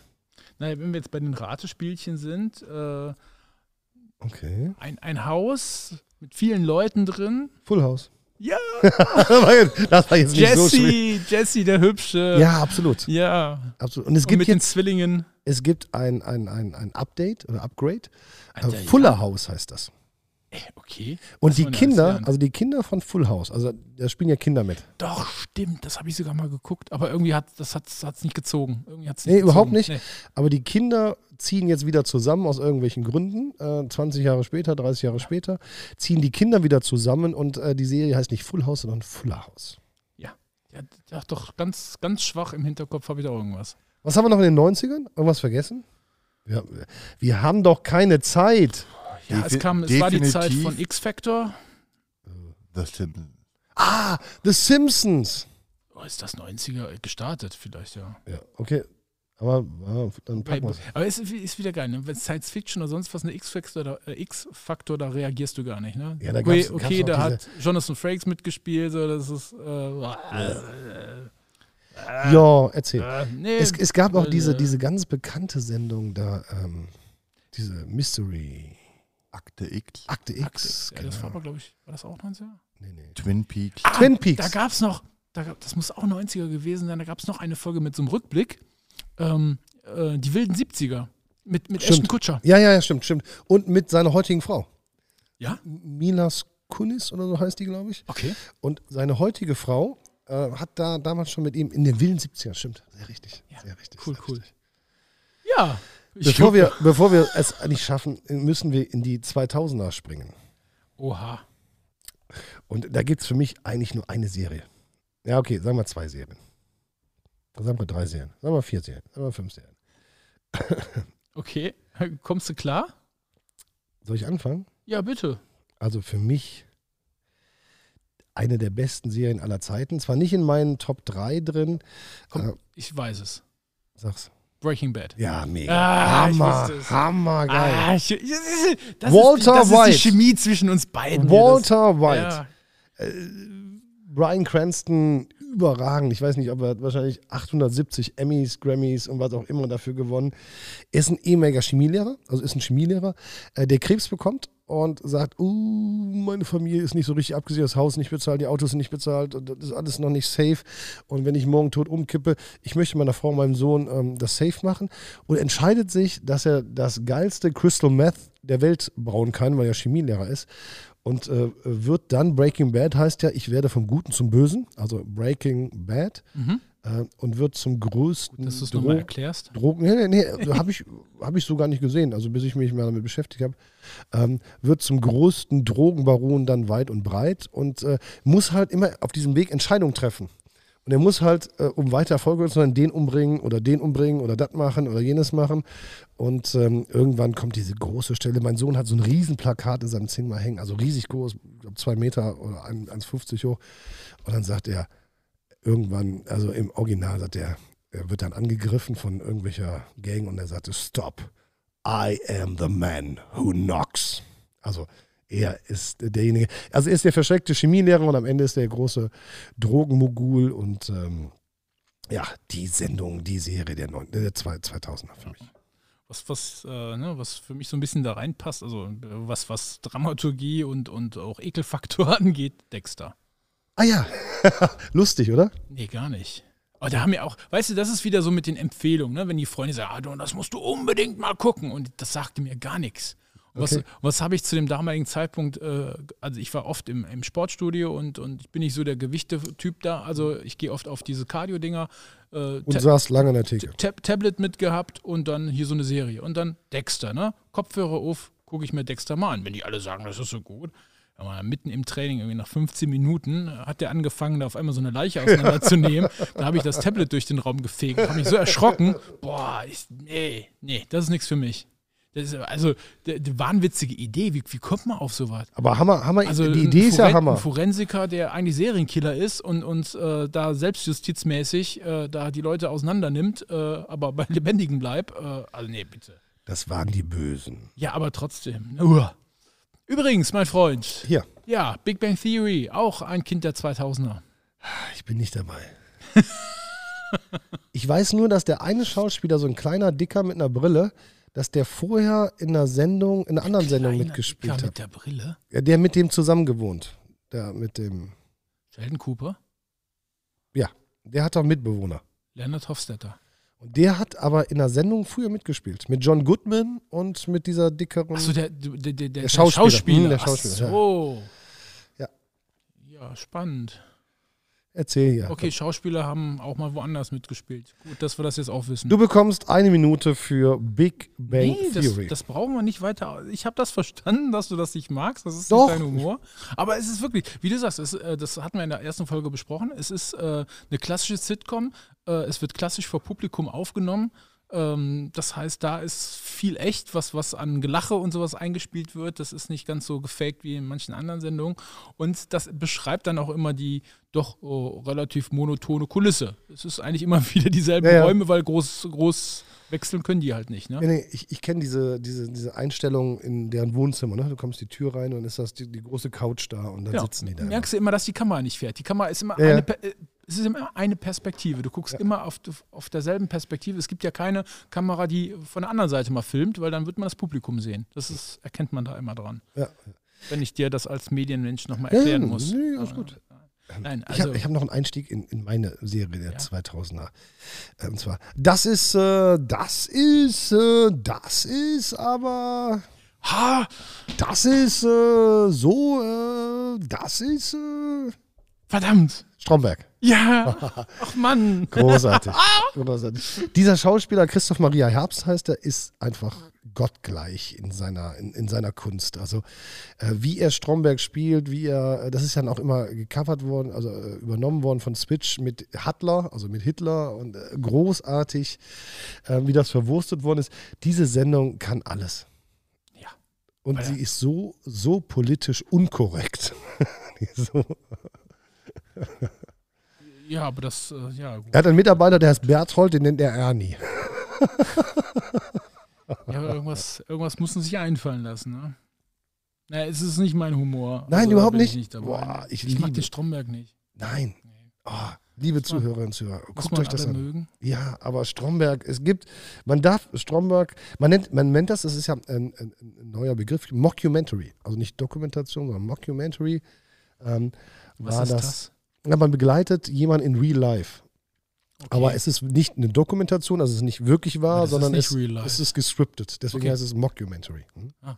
Speaker 2: Naja, wenn wir jetzt bei den Ratespielchen sind, äh,
Speaker 1: Okay.
Speaker 2: ein, ein Haus mit vielen Leuten drin.
Speaker 1: Full House.
Speaker 2: Ja,
Speaker 1: das war jetzt, das war jetzt nicht so schwierig.
Speaker 2: Jesse, Jesse, der Hübsche.
Speaker 1: Ja, absolut.
Speaker 2: Ja.
Speaker 1: absolut. Und es
Speaker 2: Und
Speaker 1: gibt
Speaker 2: mit den
Speaker 1: jetzt,
Speaker 2: Zwillingen.
Speaker 1: es gibt ein, ein, ein, ein Update oder Upgrade.
Speaker 2: Alter,
Speaker 1: äh,
Speaker 2: ja.
Speaker 1: Fuller House heißt das.
Speaker 2: Okay.
Speaker 1: Und
Speaker 2: Was
Speaker 1: die
Speaker 2: man alles
Speaker 1: Kinder,
Speaker 2: lernt.
Speaker 1: also die Kinder von Full House, also da spielen ja Kinder mit.
Speaker 2: Doch, stimmt. Das habe ich sogar mal geguckt. Aber irgendwie hat das hat's, hat's nicht gezogen. Irgendwie hat's
Speaker 1: Nee, überhaupt nicht.
Speaker 2: Nee.
Speaker 1: Aber die Kinder ziehen jetzt wieder zusammen aus irgendwelchen Gründen. Äh, 20 Jahre später, 30 Jahre später, ziehen die Kinder wieder zusammen und äh, die Serie heißt nicht Full House, sondern Fuller House.
Speaker 2: Ja. ja. ja, Doch, ganz, ganz schwach im Hinterkopf habe ich da irgendwas.
Speaker 1: Was haben wir noch in den 90ern? Irgendwas vergessen? Ja, wir haben doch keine Zeit.
Speaker 2: Ja, es,
Speaker 4: Defi-
Speaker 2: kam, es war die Zeit
Speaker 4: definitiv
Speaker 2: von X-Factor.
Speaker 4: The Simpsons.
Speaker 1: Ah, The Simpsons.
Speaker 2: Oh, ist das 90er gestartet vielleicht, ja.
Speaker 1: Ja, okay. Aber ja, dann packen wir
Speaker 2: Aber es ist, ist wieder geil, ne? Wenn Science Fiction oder sonst was, eine X-Factor, da- äh, X-Faktor, da reagierst du gar nicht, ne?
Speaker 1: Ja, da
Speaker 2: okay,
Speaker 1: gab's-
Speaker 2: okay
Speaker 1: gab's
Speaker 2: da
Speaker 1: noch
Speaker 2: hat Jonathan Frakes mitgespielt, so, das ist. Äh,
Speaker 1: Ja, erzähl.
Speaker 2: äh, nee,
Speaker 1: Es, es gab auch
Speaker 2: äh,
Speaker 1: diese, diese ganz bekannte Sendung da, ähm, diese Mystery
Speaker 4: Akte X,
Speaker 1: Akte X.
Speaker 2: Ja, das war
Speaker 1: genau.
Speaker 2: aber, glaube ich, war das auch 90er?
Speaker 1: nee, nee.
Speaker 4: Twin Peaks.
Speaker 1: Twin
Speaker 2: Da
Speaker 1: Peaks.
Speaker 2: gab es noch, da gab, das muss auch 90er gewesen sein, da gab es noch eine Folge mit so einem Rückblick. Ähm, äh, die wilden 70er. Mit, mit
Speaker 1: Stimmt.
Speaker 2: Ashton Kutscher.
Speaker 1: Ja, ja, ja, stimmt, stimmt. Und mit seiner heutigen Frau.
Speaker 2: Ja?
Speaker 1: Milas Kunis oder so heißt die, glaube ich.
Speaker 2: Okay.
Speaker 1: Und seine heutige Frau äh, hat da damals schon mit ihm in den wilden 70ern, stimmt. Sehr richtig.
Speaker 2: Ja,
Speaker 1: Sehr richtig.
Speaker 2: cool,
Speaker 1: sehr
Speaker 2: cool.
Speaker 1: Richtig.
Speaker 2: Ja. Ich-
Speaker 1: Bevor, wir, bevor wir es nicht schaffen, müssen wir in die 2000er springen.
Speaker 2: Oha.
Speaker 1: Und da gibt es für mich eigentlich nur eine Serie. Ja, okay, sagen wir zwei Serien. Sagen wir drei Serien. Sagen wir vier Serien. Sagen wir fünf Serien.
Speaker 2: Okay, kommst du klar?
Speaker 1: Soll ich anfangen?
Speaker 2: Ja, bitte.
Speaker 1: Also für mich eine der besten Serien aller Zeiten. Zwar nicht in meinen Top 3 drin.
Speaker 2: Komm,
Speaker 1: Äh,
Speaker 2: ich weiß es.
Speaker 1: sag's.
Speaker 2: Breaking Bad.
Speaker 1: Ja, mega.
Speaker 2: Ah, ich wusste
Speaker 1: Hammer.
Speaker 2: es.
Speaker 1: Hammergeil.
Speaker 2: Ah, ich, das ist, das
Speaker 1: Walter
Speaker 2: ist, die- das
Speaker 1: White.
Speaker 2: ist die Chemie zwischen uns beiden. hier,
Speaker 1: Walter
Speaker 2: das,
Speaker 1: White.
Speaker 2: Ja,
Speaker 1: Brian Cranston überragend. Ich weiß nicht, ob er hat wahrscheinlich 870 Emmys, Grammys und was auch immer dafür gewonnen. Ist ein ehemaliger Chemielehrer, also ist ein Chemielehrer, äh, der Krebs bekommt und sagt, uh, meine Familie ist nicht so richtig abgesichert, das Haus nicht bezahlt, die Autos sind nicht bezahlt, und das ist alles noch nicht safe. Und wenn ich morgen tot umkippe, ich möchte meiner Frau und meinem Sohn ähm, das safe machen. Und entscheidet sich, dass er das geilste Crystal Meth der Welt brauen kann, weil er Chemielehrer ist und äh, wird dann Breaking Bad heißt ja, ich werde vom Guten zum Bösen, also Breaking Bad äh, und wird zum größten
Speaker 2: dass du es
Speaker 1: Dro-
Speaker 2: nochmal erklärst.
Speaker 1: Drogen, nee, nee, nee habe ich, hab ich so gar nicht gesehen, also bis ich mich mal damit beschäftigt habe, ähm, wird zum größten Drogenbaron dann weit und breit und äh, muss halt immer auf diesem Weg Entscheidungen treffen. Und er muss halt, äh, um weiter erfolgreich zu sein, den umbringen oder den umbringen oder das machen oder jenes machen. Und ähm, irgendwann kommt diese große Stelle. Mein Sohn hat so ein Riesenplakat in seinem Zimmer hängen, also riesig groß, ich glaub, zwei Meter oder ein- 1,50 hoch. Und dann sagt er irgendwann, also im Original sagt er, er wird dann angegriffen von irgendwelcher Gang und er sagte, stop, I am the man who knocks. Also er ist derjenige, also er ist der verschreckte Chemielehrer und am Ende ist der große Drogenmogul und ähm, ja, die Sendung, die Serie der, neun, der zwei- 2000er für mich.
Speaker 2: Was, was, äh, ne, was für mich so ein bisschen da reinpasst, also äh, was, was Dramaturgie und, und auch Ekelfaktor angeht, Dexter.
Speaker 1: Ah ja, lustig, oder?
Speaker 2: Nee, gar nicht. Aber da haben wir auch, weißt du, das ist wieder so mit den Empfehlungen, ne? wenn die Freunde sagen, ah, du, das musst du unbedingt mal gucken. Und das sagte mir gar nichts. Und Was,
Speaker 1: Okay.
Speaker 2: was habe ich zu dem damaligen Zeitpunkt, äh, also ich war oft im, im Sportstudio und, und ich bin nicht so der Gewichte-Typ da, also ich gehe oft auf diese Cardio-Dinger, äh,
Speaker 1: Und
Speaker 2: Ta-
Speaker 1: saß lange an der Theke.
Speaker 2: Tab Tablet mitgehabt und dann hier so eine Serie. Und dann Dexter, ne? Kopfhörer auf, gucke ich mir Dexter mal an. Wenn die alle sagen, das ist so gut. Aber mitten im Training, irgendwie nach 15 Minuten, hat der angefangen, da auf einmal so eine Leiche auseinanderzunehmen. da habe ich das Tablet durch den Raum gefegt, habe mich so erschrocken. Boah, ich, nee, nee, das ist nichts für mich. Das ist, also, die wahnwitzige Idee, wie, wie kommt man auf sowas?
Speaker 1: Aber Hammer, Hammer,
Speaker 2: Also
Speaker 1: die
Speaker 2: ein
Speaker 1: Idee ist ja
Speaker 2: Foren- Ein
Speaker 1: Hammer.
Speaker 2: Forensiker, der eigentlich Serienkiller ist und uns äh, da selbstjustizmäßig äh, da die Leute auseinandernimmt, äh, aber bei Lebendigen bleibt. Äh, also nee, bitte.
Speaker 1: Das waren die Bösen.
Speaker 2: Ja, aber trotzdem. ne, Uah. Übrigens, mein Freund.
Speaker 1: Hier,
Speaker 2: Ja, Big Bang Theory, auch ein Kind der 2000er.
Speaker 1: ich bin nicht dabei. ich weiß nur, dass der eine Schauspieler, so ein kleiner Dicker mit einer Brille, dass der vorher in einer Sendung, in einer anderen Sendung
Speaker 2: Kleiner
Speaker 1: mitgespielt
Speaker 2: Dicker
Speaker 1: hat.
Speaker 2: Mit der Brille.
Speaker 1: Ja, der mit dem zusammen gewohnt. Der mit dem,
Speaker 2: Sheldon Cooper,
Speaker 1: ja, der hat doch einen Mitbewohner.
Speaker 2: Leonard Hofstetter.
Speaker 1: Und der hat aber in einer Sendung früher mitgespielt. Mit John Goodman und mit dieser dickeren.
Speaker 2: Achso, der, der, der, der, der
Speaker 1: Schauspieler. Hm, der
Speaker 2: Schauspieler.
Speaker 1: Schauspieler,
Speaker 2: Ach so.
Speaker 1: Ja.
Speaker 2: Ja, spannend.
Speaker 1: Erzähl ja.
Speaker 2: Okay, Schauspieler haben auch mal woanders mitgespielt. Gut, dass wir das jetzt auch wissen.
Speaker 1: Du bekommst eine Minute für Big Bang
Speaker 2: nee, das,
Speaker 1: Theory.
Speaker 2: das brauchen wir nicht weiter. Ich habe das verstanden, dass du das nicht magst. Das ist
Speaker 1: Doch.
Speaker 2: nicht dein Humor. Aber es ist wirklich, wie du sagst, es, äh, das hatten wir in der ersten Folge besprochen. Es ist äh, eine klassische Sitcom. Äh, es wird klassisch vor Publikum aufgenommen. Ähm, das heißt, da ist viel echt, was, was an Gelache und sowas eingespielt wird. Das ist nicht ganz so gefaked wie in manchen anderen Sendungen. Und das beschreibt dann auch immer die doch oh, relativ monotone Kulisse. Es ist eigentlich immer wieder dieselben
Speaker 1: Ja, ja.
Speaker 2: Räume, weil groß, groß wechseln können die halt nicht. Ne?
Speaker 1: nee, nee, ich ich kenne diese, diese, diese Einstellung in deren Wohnzimmer. Ne? Du kommst die Tür rein und ist das die, die große Couch da und dann
Speaker 2: Ja,
Speaker 1: sitzen die da.
Speaker 2: merkst du immer, dass die Kamera nicht fährt. Die Kamera ist immer,
Speaker 1: Ja, ja.
Speaker 2: eine, Per- äh, es ist immer eine Perspektive. Du guckst immer auf, auf derselben Perspektive. Es gibt ja keine Kamera, die von der anderen Seite mal filmt, weil dann wird man das Publikum sehen. Das ist, erkennt man da immer dran.
Speaker 1: Ja.
Speaker 2: Wenn ich dir das als Medienmensch nochmal
Speaker 1: Ja,
Speaker 2: erklären
Speaker 1: ja,
Speaker 2: muss.
Speaker 1: nee, alles gut.
Speaker 2: Nein,
Speaker 1: Ich
Speaker 2: also
Speaker 1: habe ich hab noch einen Einstieg in, in meine Serie der
Speaker 2: Ja.
Speaker 1: 2000er. Äh, Und zwar, das ist, äh, das ist, äh, das ist aber,
Speaker 2: ha,
Speaker 1: das ist äh, so, äh, das ist, äh,
Speaker 2: Verdammt.
Speaker 1: Stromberg.
Speaker 2: Ja. Ach Mann.
Speaker 1: Großartig. Großartig. Dieser Schauspieler Christoph Maria Herbst heißt er, ist einfach gottgleich in seiner, in, in seiner Kunst. Also äh, wie er Stromberg spielt, wie er, äh, das ist dann auch immer gecovert worden, also äh, übernommen worden von Switch mit Hitler, also mit Hitler und äh, großartig, äh, wie das verwurstet worden ist. Diese Sendung kann alles.
Speaker 2: Ja.
Speaker 1: Und
Speaker 2: Alter.
Speaker 1: sie ist so, so politisch unkorrekt. Die ist so
Speaker 2: Ja, aber das, äh, ja, gut.
Speaker 1: Er hat einen Mitarbeiter, der heißt Berthold, den nennt er Ernie.
Speaker 2: ja irgendwas, irgendwas mussten sich einfallen lassen, ne? Naja, es ist nicht mein Humor. Also
Speaker 1: Nein,
Speaker 2: da
Speaker 1: überhaupt
Speaker 2: bin Ich,
Speaker 1: nicht.
Speaker 2: dabei.
Speaker 1: Boah, ich
Speaker 2: ich, mag
Speaker 1: liebe-
Speaker 2: den Stromberg nicht.
Speaker 1: Nein. Oh, liebe Zuhörerinnen und Zuhörer,
Speaker 2: Muss
Speaker 1: guckt
Speaker 2: man
Speaker 1: euch das
Speaker 2: alle
Speaker 1: an.
Speaker 2: mögen.
Speaker 1: Ja, aber Stromberg, es gibt, man darf Stromberg, man nennt, man nennt das, das ist ja ein, ein, ein neuer Begriff, Mockumentary. Also nicht Dokumentation, sondern Mockumentary. Ähm,
Speaker 2: Was
Speaker 1: war
Speaker 2: ist
Speaker 1: das?
Speaker 2: das?
Speaker 1: Ja, man begleitet jemanden in real life.
Speaker 2: Okay.
Speaker 1: Aber es ist nicht eine Dokumentation, also es ist nicht wirklich
Speaker 2: Aber
Speaker 1: wahr,
Speaker 2: das ist
Speaker 1: sondern
Speaker 2: nicht
Speaker 1: es,
Speaker 2: real life.
Speaker 1: es ist gescriptet. Deswegen
Speaker 2: Okay.
Speaker 1: heißt es Mockumentary. Hm? also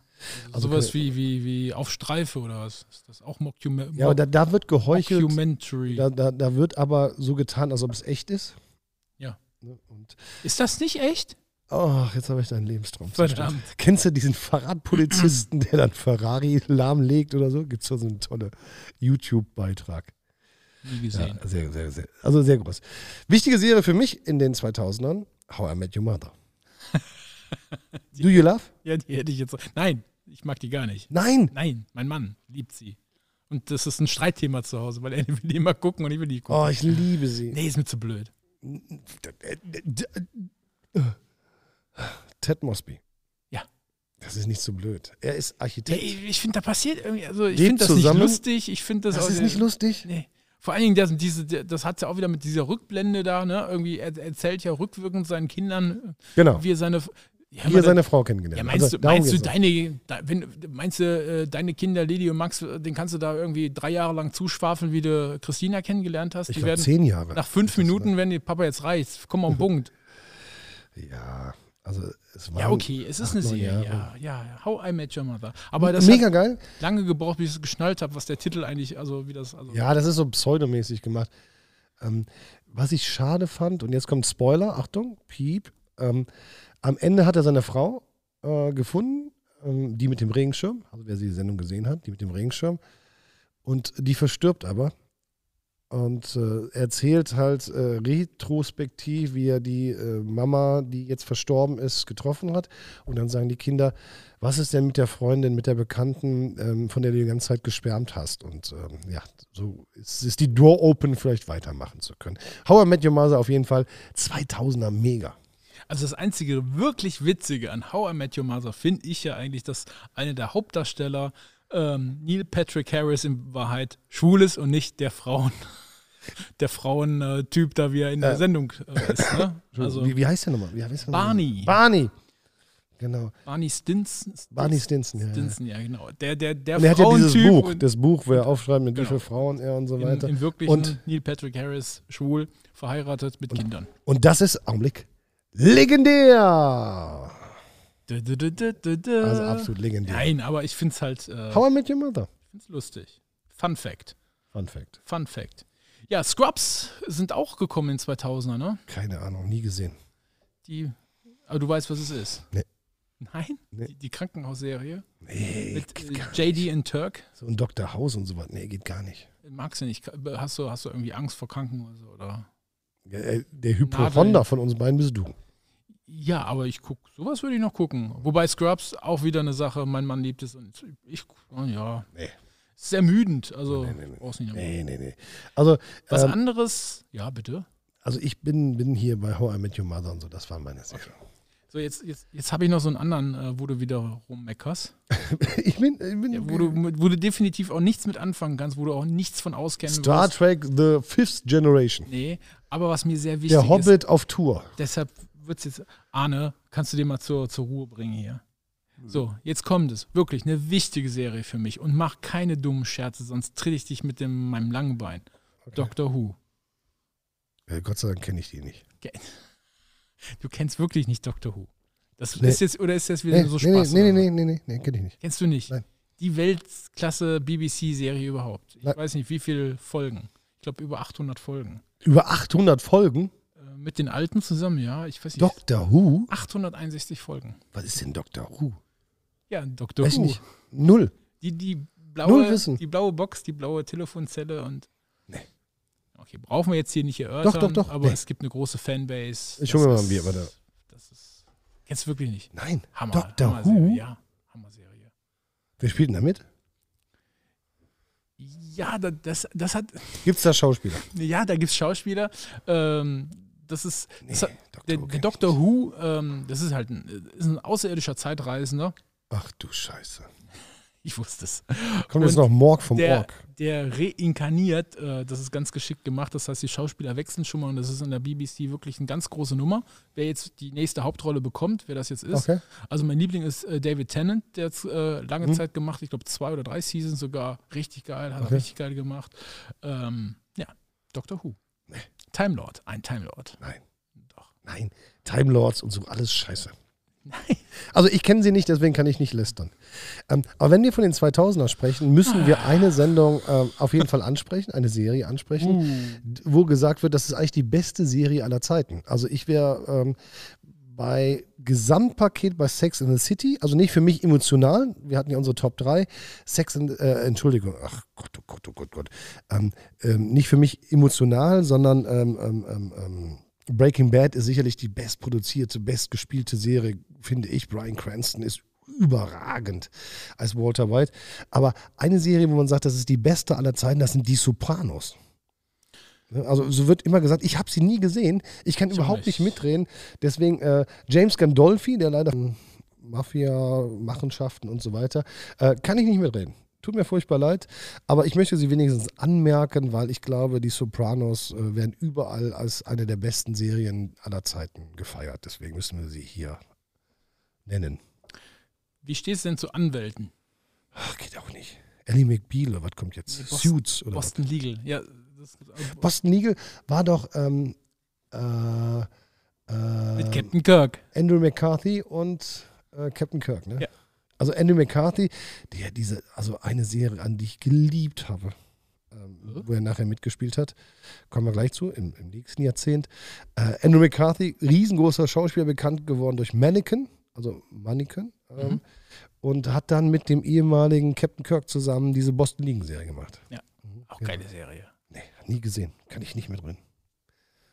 Speaker 2: also sowas wie, wie, wie auf Streife oder was? Ist das auch Mockume
Speaker 1: Ja, aber da, da wird geheuchelt.
Speaker 2: Mockumentary?
Speaker 1: Da, da, da wird aber so getan, als ob es echt ist.
Speaker 2: Ja.
Speaker 1: Ne, Und,
Speaker 2: Ist das nicht echt?
Speaker 1: ach, jetzt habe ich deinen Lebenstraum. zerstört.
Speaker 2: Verdammt.
Speaker 1: Kennst du diesen Fahrradpolizisten, der dann Ferrari lahmlegt oder so? Gibt es da so einen tollen YouTube-Beitrag?
Speaker 2: Nie
Speaker 1: Ja,
Speaker 2: gesehen.
Speaker 1: sehr, sehr, sehr. Also sehr groß. Wichtige Serie für mich in den 2000ern: How I Met Your Mother. Do you love?
Speaker 2: Ja, die hätte ich jetzt. Nein, ich mag die gar nicht.
Speaker 1: Nein!
Speaker 2: Nein, mein Mann liebt sie. Und das ist ein Streitthema zu Hause, weil er will die immer gucken und ich will die gucken.
Speaker 1: Oh, ich liebe sie.
Speaker 2: Nee, ist mir zu blöd.
Speaker 1: Ted Mosby.
Speaker 2: Ja.
Speaker 1: Das ist nicht so blöd. Er ist
Speaker 2: Ja,
Speaker 1: Architekt.
Speaker 2: ich ich finde, da passiert irgendwie. Also, ich
Speaker 1: Lebt
Speaker 2: finde das
Speaker 1: zusammen?
Speaker 2: nicht lustig. Ich finde das,
Speaker 1: Das
Speaker 2: auch.
Speaker 1: ist nicht lustig.
Speaker 2: Nee. Vor allen Dingen, das, diese, das hat ja auch wieder mit dieser Rückblende da, ne? Irgendwie, er erzählt ja rückwirkend seinen Kindern,
Speaker 1: Genau.
Speaker 2: wie er seine. Ja,
Speaker 1: Hier
Speaker 2: aber-
Speaker 1: seine Frau kennengelernt.
Speaker 2: Ja, meinst
Speaker 1: Also,
Speaker 2: du,
Speaker 1: darum
Speaker 2: meinst du,
Speaker 1: geht's
Speaker 2: deine, da, wenn, meinst du äh, deine Kinder, Lili und Max, äh, den kannst du da irgendwie drei Jahre lang zuschwafeln, wie du Christina kennengelernt hast?
Speaker 1: Ich
Speaker 2: die
Speaker 1: glaube,
Speaker 2: werden
Speaker 1: zehn Jahre.
Speaker 2: nach fünf Minuten, wenn die Papa jetzt reicht, komm mal am Punkt.
Speaker 1: Ja, also es war
Speaker 2: Ja, okay, es ist eine
Speaker 1: Ach, neun
Speaker 2: Serie. Ja,
Speaker 1: Jahre.
Speaker 2: ja, ja. How I Met Your Mother. Aber das
Speaker 1: mega
Speaker 2: hat
Speaker 1: geil.
Speaker 2: lange gebraucht, bis ich es geschnallt habe, was der Titel eigentlich, also wie das. Also,
Speaker 1: Ja, das ist so pseudomäßig gemacht. Ähm, was ich schade fand, und jetzt kommt Spoiler, Achtung, Piep. Ähm, am Ende hat er seine Frau äh, gefunden, ähm, die mit dem Regenschirm, also wer die Sendung gesehen hat, die mit dem Regenschirm. Und die verstirbt aber. Und äh, erzählt halt äh, retrospektiv, wie er die äh, Mama, die jetzt verstorben ist, getroffen hat. Und dann sagen die Kinder, was ist denn mit der Freundin, mit der Bekannten, ähm, von der du die ganze Zeit geschwärmt hast? Und ähm, ja, so ist, ist die Door open, vielleicht weitermachen zu können. How I Met Your Mother auf jeden Fall 2000er mega.
Speaker 2: also das einzige wirklich Witzige an How I Met Your Mother finde ich ja eigentlich, dass einer der Hauptdarsteller ähm, Neil Patrick Harris in Wahrheit schwul ist und nicht der Frauen. Der Frauentyp, da wie er in der
Speaker 1: Ja.
Speaker 2: Sendung äh, ist. Ne? Also
Speaker 1: wie, wie heißt der nochmal? Wie heißt der
Speaker 2: Barney.
Speaker 1: Nochmal? Barney. Genau.
Speaker 2: Barney Stinson.
Speaker 1: Barney Stinson, ja, ja.
Speaker 2: Stinson, ja, genau. Der, der, der
Speaker 1: Und er hat ja dieses
Speaker 2: Frauentyp
Speaker 1: Buch,
Speaker 2: und-
Speaker 1: das Buch, wo er aufschreibt, mit wie
Speaker 2: Genau.
Speaker 1: vielen Frauen er und so
Speaker 2: In,
Speaker 1: weiter.
Speaker 2: in wirklichen
Speaker 1: und,
Speaker 2: Neil Patrick Harris, schwul, verheiratet mit Kindern.
Speaker 1: und das ist, Augenblick, legendär.
Speaker 2: Dö, dö, dö, dö, dö, dö.
Speaker 1: Also absolut legendär.
Speaker 2: Äh, Nein, aber ich finde es halt äh,
Speaker 1: How I Met Your Mother.
Speaker 2: find's lustig. Fun Fact.
Speaker 1: Fun Fact.
Speaker 2: Fun Fact. Ja, Scrubs sind auch gekommen in 2000er, ne?
Speaker 1: Keine Ahnung, nie gesehen.
Speaker 2: Die, aber du weißt, was es ist.
Speaker 1: Nee.
Speaker 2: Nein?
Speaker 1: Nee.
Speaker 2: Die, die Krankenhausserie
Speaker 1: Nee,
Speaker 2: mit
Speaker 1: geht
Speaker 2: äh,
Speaker 1: gar
Speaker 2: JD und Turk.
Speaker 1: So ein Dr. House und sowas. Nee, geht gar nicht.
Speaker 2: Magst du nicht? äh, Hast du, hast du irgendwie Angst vor Krankenhäusern oder?
Speaker 1: Ja, äh, Der Hypochonder von uns beiden bist du.
Speaker 2: Ja, aber ich gucke, sowas würde ich noch gucken. Wobei Scrubs auch wieder eine Sache, mein Mann liebt es und ich, oh ja.
Speaker 1: Nee.
Speaker 2: Ist sehr müdend, also
Speaker 1: Nee, nee, nee.
Speaker 2: brauchst nicht nee.
Speaker 1: Nee, nee, nee. Also,
Speaker 2: Was
Speaker 1: ähm,
Speaker 2: anderes, ja bitte.
Speaker 1: also ich bin, bin hier bei How I Met Your Mother und so. Das war meine Serie.
Speaker 2: So, jetzt, jetzt, jetzt habe ich noch so einen anderen, äh, wo du wieder rummeckerst.
Speaker 1: Ich bin, ich bin
Speaker 2: Ja, wo, du, mit- wo du definitiv auch nichts mit anfangen kannst, wo du auch nichts von auskennen
Speaker 1: Star
Speaker 2: wirst.
Speaker 1: Trek The Fifth Generation.
Speaker 2: Nee, aber was mir sehr wichtig
Speaker 1: Der
Speaker 2: ist,
Speaker 1: Hobbit auf Tour.
Speaker 2: deshalb wird es jetzt, Arne, kannst du den mal zur, zur Ruhe bringen hier. So, jetzt kommt es. Wirklich eine wichtige Serie für mich. Und mach keine dummen Scherze, sonst tritt ich dich mit dem, meinem langen Bein. Doctor Who.
Speaker 1: Ja, Äh, Gott sei Dank kenne ich die nicht.
Speaker 2: Ge- Du kennst wirklich nicht Doctor Who. Das
Speaker 1: Nee.
Speaker 2: ist jetzt, oder ist das wieder
Speaker 1: Nee,
Speaker 2: so
Speaker 1: nee,
Speaker 2: Spaß?
Speaker 1: nee,
Speaker 2: oder
Speaker 1: nee, nee, nee, nee, nee, kenne ich nicht.
Speaker 2: Kennst du nicht?
Speaker 1: Nein.
Speaker 2: Die Weltklasse BBC-Serie überhaupt. Ich
Speaker 1: Nein.
Speaker 2: weiß nicht, wie viele Folgen. glaube, über 800 Folgen.
Speaker 1: Über 800 Folgen?
Speaker 2: Äh, Mit den Alten zusammen, ja. Ich weiß nicht.
Speaker 1: Doctor Who?
Speaker 2: 861 Folgen.
Speaker 1: Was ist denn Doctor Who?
Speaker 2: Ja, Dr.
Speaker 1: Weiß ich
Speaker 2: Who.
Speaker 1: nicht. Null.
Speaker 2: Die, die,
Speaker 1: Null
Speaker 2: blaue,
Speaker 1: Wissen.
Speaker 2: die blaue Box, die blaue Telefonzelle und.
Speaker 1: Nee.
Speaker 2: Okay, brauchen wir jetzt hier nicht erörtern.
Speaker 1: Doch, doch, doch.
Speaker 2: Aber
Speaker 1: Nee.
Speaker 2: es gibt eine große Fanbase.
Speaker 1: Ich hol mir
Speaker 2: Das
Speaker 1: mal ein Bier,
Speaker 2: ist-
Speaker 1: warte.
Speaker 2: Das ist. Kennst du wirklich nicht.
Speaker 1: Nein.
Speaker 2: Hammer.
Speaker 1: Doctor
Speaker 2: Hammerserie,
Speaker 1: Who?
Speaker 2: Ja, Hammer-Serie.
Speaker 1: Wer spielt denn da mit?
Speaker 2: Ja, da- das, das hat.
Speaker 1: Gibt es da Schauspieler?
Speaker 2: Ja, da gibt es Schauspieler. Ähm, das ist. Das hat,
Speaker 1: Doctor Who
Speaker 2: der der
Speaker 1: kenn ich
Speaker 2: Doctor
Speaker 1: nicht.
Speaker 2: Who, ähm, das ist halt ein, ist ein außerirdischer Zeitreisender.
Speaker 1: Ach du Scheiße.
Speaker 2: Ich wusste es.
Speaker 1: Kommt jetzt
Speaker 2: Und
Speaker 1: noch Morg vom
Speaker 2: der,
Speaker 1: Org.
Speaker 2: der reinkarniert, äh, das ist ganz geschickt gemacht. Das heißt, die Schauspieler wechseln schon mal und das ist in der BBC wirklich eine ganz große Nummer. Wer jetzt die nächste Hauptrolle bekommt, wer das jetzt ist.
Speaker 1: Okay.
Speaker 2: Also mein Liebling ist äh, David Tennant, der hat äh, lange
Speaker 1: Mhm.
Speaker 2: Zeit gemacht, ich glaube zwei oder drei Seasons sogar. Richtig geil, hat
Speaker 1: Okay.
Speaker 2: er richtig geil gemacht. Ähm, ja, Doctor Who. Time Lord, ein Time Lord.
Speaker 1: Nein.
Speaker 2: Doch.
Speaker 1: Nein. Time Lords und so, alles Scheiße.
Speaker 2: Nein.
Speaker 1: Also ich kenne sie nicht, deswegen kann ich nicht lästern. Ähm, aber wenn wir von den 2000er sprechen, müssen wir eine Sendung ähm, auf jeden Fall ansprechen, eine Serie ansprechen, d- wo gesagt wird, das ist eigentlich die beste Serie aller Zeiten. Also ich wäre ähm, bei Gesamtpaket bei Sex in the City, also nicht für mich emotional, wir hatten ja unsere Top 3, Sex in, äh, Entschuldigung, ach Gott, oh Gott, oh Gott, oh Gott, ähm, ähm, nicht für mich emotional, sondern ähm, ähm, ähm, ähm, Breaking Bad ist sicherlich die bestproduzierte, bestgespielte Serie, finde ich. Brian Cranston ist überragend als Walter White. Aber eine Serie, wo man sagt, das ist die beste aller Zeiten, das sind die Sopranos. Ne, Also so wird immer gesagt, ich habe sie nie gesehen, ich kann
Speaker 2: Ich auch
Speaker 1: überhaupt nicht
Speaker 2: nicht.
Speaker 1: mitreden. Deswegen äh, James Gandolfi, der leider Mafia, Machenschaften und so weiter, äh, kann ich nicht mitreden. Tut mir furchtbar leid, aber ich möchte sie wenigstens anmerken, weil ich glaube, die Sopranos äh, werden überall als eine der besten Serien aller Zeiten gefeiert. Deswegen müssen wir sie hier nennen.
Speaker 2: Wie steht es denn zu Anwälten?
Speaker 1: Ach, geht auch nicht. Ellie McBeal, oder was kommt jetzt?
Speaker 2: Nee, Boston-
Speaker 1: Suits oder
Speaker 2: Boston Legal. Ja, das,
Speaker 1: was? Boston Legal war doch ähm, äh,
Speaker 2: mit
Speaker 1: äh,
Speaker 2: Captain Kirk.
Speaker 1: Andrew McCarthy und äh, Captain Kirk, ne?
Speaker 2: Ja.
Speaker 1: Also Andrew McCarthy, der diese, also eine Serie, an die ich geliebt habe, ähm,
Speaker 2: Mhm.
Speaker 1: wo er nachher mitgespielt hat, kommen wir gleich zu, im, im nächsten Jahrzehnt. Äh, Andrew McCarthy, riesengroßer Schauspieler, bekannt geworden durch Mannequin, also Mannequin, ähm,
Speaker 2: Mhm.
Speaker 1: und hat dann mit dem ehemaligen Captain Kirk zusammen diese Boston League-Serie gemacht.
Speaker 2: Auch geile Serie.
Speaker 1: Nee, nie gesehen, kann ich nicht mehr drin.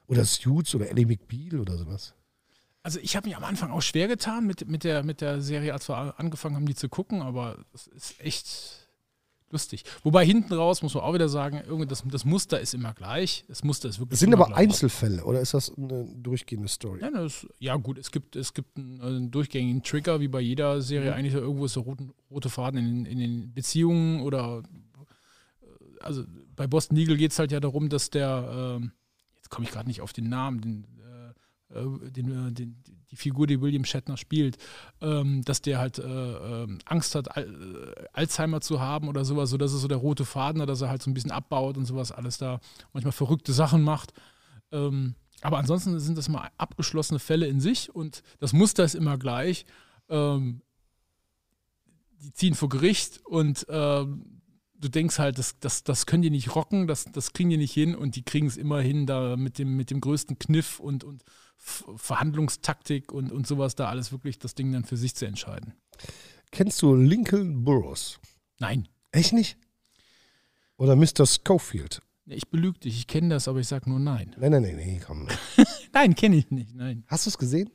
Speaker 1: Oder Suits oder Ellie McBeal oder sowas.
Speaker 2: Also ich habe mich am Anfang auch schwer getan mit, mit, der, mit der Serie, als wir a- angefangen haben, die zu gucken, aber es ist echt lustig. Wobei hinten raus muss man auch wieder sagen, irgendwie das, das Muster ist immer gleich. Das Muster ist wirklich
Speaker 1: Das sind
Speaker 2: immer
Speaker 1: aber
Speaker 2: gleich.
Speaker 1: Einzelfälle oder ist das eine durchgehende Story?
Speaker 2: Ja, das, ja gut, es gibt, es gibt einen, äh, einen durchgängigen Trigger, wie bei jeder Serie eigentlich irgendwo ist der rote, rote Faden in, den- in den Beziehungen oder äh, also bei Boston Legal geht es halt ja darum, dass der, ähm, jetzt komme ich gerade nicht auf den Namen, den, äh, äh, den, äh, den, die Figur, die William Shatner spielt, ähm, dass der halt äh, ähm, Angst hat, Al äh, Alzheimer zu haben oder sowas, so das ist so der rote Faden, dass er halt so ein bisschen abbaut und sowas, alles da manchmal verrückte Sachen macht. Ähm, aber ansonsten sind das mal abgeschlossene Fälle in sich und das Muster ist immer gleich. Ähm, die ziehen vor Gericht und ähm, du denkst halt, das, das, das können die nicht rocken, das, das kriegen die nicht hin und die kriegen es immer hin, da mit dem, mit dem größten Kniff und, und F- Verhandlungstaktik und, und sowas, da alles wirklich das Ding dann für sich zu entscheiden.
Speaker 1: Kennst du Lincoln Burroughs?
Speaker 2: Nein,
Speaker 1: Echt nicht? Oder Mr. Schofield?
Speaker 2: ich belüge dich, ich kenne das, aber ich sage nur nein.
Speaker 1: Nein, nein, nein, nee, komm.
Speaker 2: Nein, kenne ich nicht, nein.
Speaker 1: Hast du es gesehen?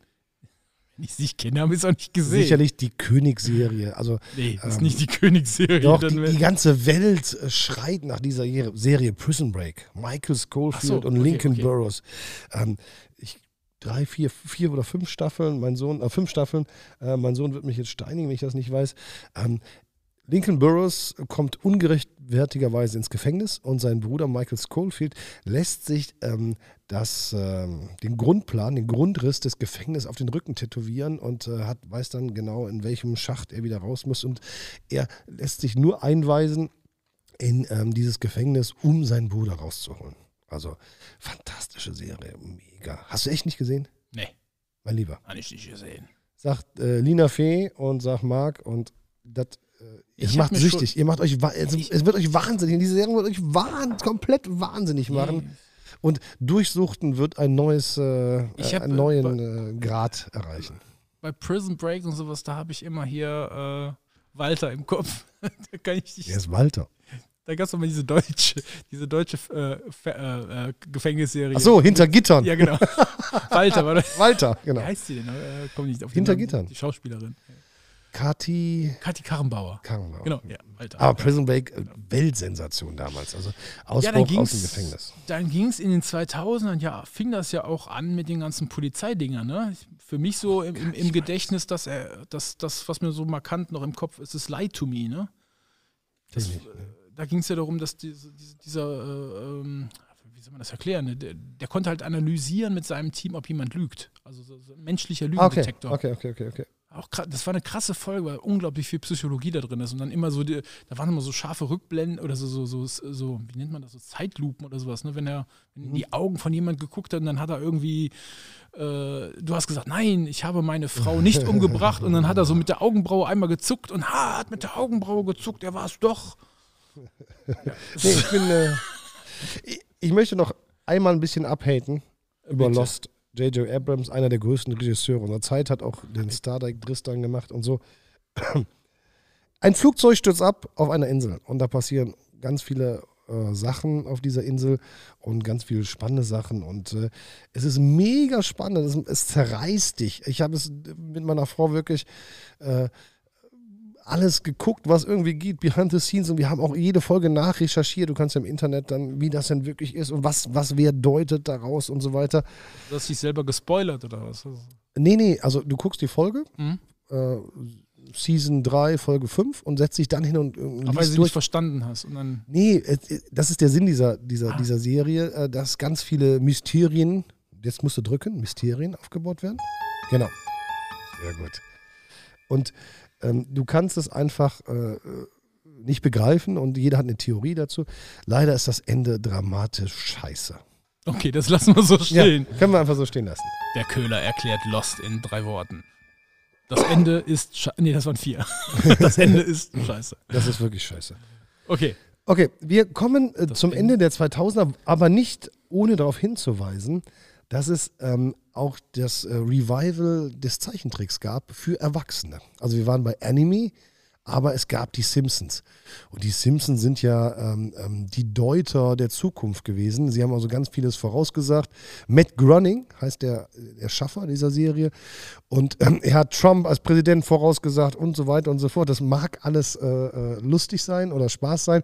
Speaker 2: Wenn ich es nicht kenne, habe ich es auch nicht gesehen.
Speaker 1: Sicherlich die Königsserie. Also
Speaker 2: Nee, das ist
Speaker 1: Ähm,
Speaker 2: nicht die Königsserie.
Speaker 1: doch,
Speaker 2: dann
Speaker 1: die,
Speaker 2: wär-
Speaker 1: die ganze Welt äh, schreit nach dieser Jer- Serie Prison Break. Michael Schofield
Speaker 2: Ach so,
Speaker 1: und
Speaker 2: okay,
Speaker 1: Lincoln
Speaker 2: okay.
Speaker 1: Burroughs. Ähm, ich, drei, vier, vier oder fünf Staffeln, mein Sohn, äh, fünf Staffeln, äh, mein Sohn wird mich jetzt steinigen, wenn ich das nicht weiß. Ähm, Lincoln Burroughs kommt ungerechtfertigerweise ins Gefängnis und sein Bruder Michael Schofield lässt sich ähm, das, ähm, den Grundplan, den Grundriss des Gefängnisses auf den Rücken tätowieren und äh, hat, weiß dann genau, in welchem Schacht er wieder raus muss. Und er lässt sich nur einweisen in ähm, dieses Gefängnis, um seinen Bruder rauszuholen. Also fantastische Serie, mega. Hast du echt nicht gesehen?
Speaker 2: Nee,
Speaker 1: Mein Lieber.
Speaker 2: habe ich nicht gesehen.
Speaker 1: Sagt äh, Lina Fee und sagt Marc und das Es
Speaker 2: Ich hab
Speaker 1: macht
Speaker 2: mir
Speaker 1: süchtig. Ihr macht euch, wa- es, es wird euch wahnsinnig. Diese Serie wird euch wahn, komplett wahnsinnig machen. Und Durchsuchten wird ein neues, äh,
Speaker 2: Ich hab,
Speaker 1: einen
Speaker 2: äh,
Speaker 1: neuen äh, Grad erreichen.
Speaker 2: Bei Prison Break und sowas, da habe ich immer hier äh, Walter im Kopf. da kann ich nicht.
Speaker 1: Der ist Walter.
Speaker 2: Da gab es immer diese deutsche, diese deutsche äh, Fe- äh, äh, Gefängnisserie.
Speaker 1: Ach so, hinter Gittern.
Speaker 2: Ja, genau. Walter, war das.
Speaker 1: Walter, genau.
Speaker 2: Wie heißt sie denn? Äh, komm nicht auf den
Speaker 1: Hinter
Speaker 2: Namen.
Speaker 1: Gittern.
Speaker 2: Die Schauspielerin.
Speaker 1: Kathi
Speaker 2: Kathi Karrenbauer.
Speaker 1: Karrenbauer.
Speaker 2: Genau, ja, Walter.
Speaker 1: Aber Prison Break, äh, Weltsensation damals. Also
Speaker 2: ja,
Speaker 1: Ausbruch
Speaker 2: dann
Speaker 1: aus dem
Speaker 2: ging's,
Speaker 1: Gefängnis.
Speaker 2: dann ging's in den 2000ern, ja, fing das ja auch an mit den ganzen Polizeidingern. Ne? Ich- Für mich so im, im, im Gedächtnis, dass er, das, das, was mir so markant noch im Kopf ist, ist Lie to Me. Ne? Das,
Speaker 1: Natürlich,
Speaker 2: äh, Da ging es ja darum, dass diese, diese, dieser, äh, ähm, wie soll man das erklären, ne? der, der konnte halt analysieren mit seinem Team, ob jemand lügt. Also so, so ein menschlicher
Speaker 1: Ah, okay.
Speaker 2: Lügendetektor.
Speaker 1: okay, okay, okay, okay.
Speaker 2: Auch kra- das war eine krasse Folge, weil unglaublich viel Psychologie da drin ist. Und dann immer so, die, da waren immer so scharfe Rückblenden oder so, so, so, so wie nennt man das, so Zeitlupen oder sowas, ne? Wenn er
Speaker 1: Mhm.
Speaker 2: wenn in die Augen von jemand geguckt hat und dann hat er irgendwie, äh, du hast gesagt, nein, ich habe meine Frau nicht umgebracht und dann hat er so mit der Augenbraue einmal gezuckt und ha, hat mit der Augenbraue gezuckt, er war es doch.
Speaker 1: Nee, ich bin. Äh, ich, ich möchte noch einmal ein bisschen abhaten über
Speaker 2: Bitte.
Speaker 1: Lost. J.J. Abrams, einer der größten Regisseure unserer Zeit, hat auch den Stardike Dristan gemacht und so. Ein Flugzeug stürzt ab auf einer Insel und da passieren ganz viele äh, Sachen auf dieser Insel und ganz viele spannende Sachen und äh, es ist mega spannend, es, es zerreißt dich. Ich habe es mit meiner Frau wirklich alles geguckt, was irgendwie geht, behind the scenes und wir haben auch jede Folge nachrecherchiert. Du kannst ja im Internet dann, wie das denn wirklich ist und was, was wer deutet daraus und so weiter.
Speaker 2: Du hast dich selber gespoilert oder was?
Speaker 1: Nee, nee, also du guckst die Folge,
Speaker 2: Mhm.
Speaker 1: äh, Season 3, Folge 5 und setzt dich dann hin und äh,
Speaker 2: Aber weil du
Speaker 1: liest
Speaker 2: sie nicht
Speaker 1: durch.
Speaker 2: verstanden hast. Und dann,
Speaker 1: Nee, es- es- das ist der Sinn dieser, dieser, dieser Serie, äh, dass ganz viele Mysterien, jetzt musst du drücken, Mysterien aufgebaut werden. Genau. Sehr gut. Und ähm, du kannst es einfach äh, nicht begreifen und jeder hat eine Theorie dazu. Leider ist das Ende dramatisch scheiße.
Speaker 2: okay, das lassen wir so stehen.
Speaker 1: Ja, können wir einfach so stehen lassen.
Speaker 2: Der Köhler erklärt Lost in drei Worten. Das Ende ist sche- Nee, das waren vier. Das Ende ist scheiße.
Speaker 1: Das ist wirklich scheiße.
Speaker 2: Okay.
Speaker 1: Okay, wir kommen äh,
Speaker 2: Das
Speaker 1: zum
Speaker 2: Ende.
Speaker 1: Ende der 2000er, aber nicht ohne darauf hinzuweisen, dass es ähm, auch das äh, Revival des Zeichentricks gab für Erwachsene. Also wir waren bei Anime, aber es gab die Simpsons. Und die Simpsons sind ja ähm, ähm, die Deuter der Zukunft gewesen. Sie haben also ganz vieles vorausgesagt. Matt Groening heißt der Erschaffer dieser Serie. Und ähm, er hat Trump als Präsident vorausgesagt und so weiter und so fort. Das mag alles äh, äh, lustig sein oder Spaß sein.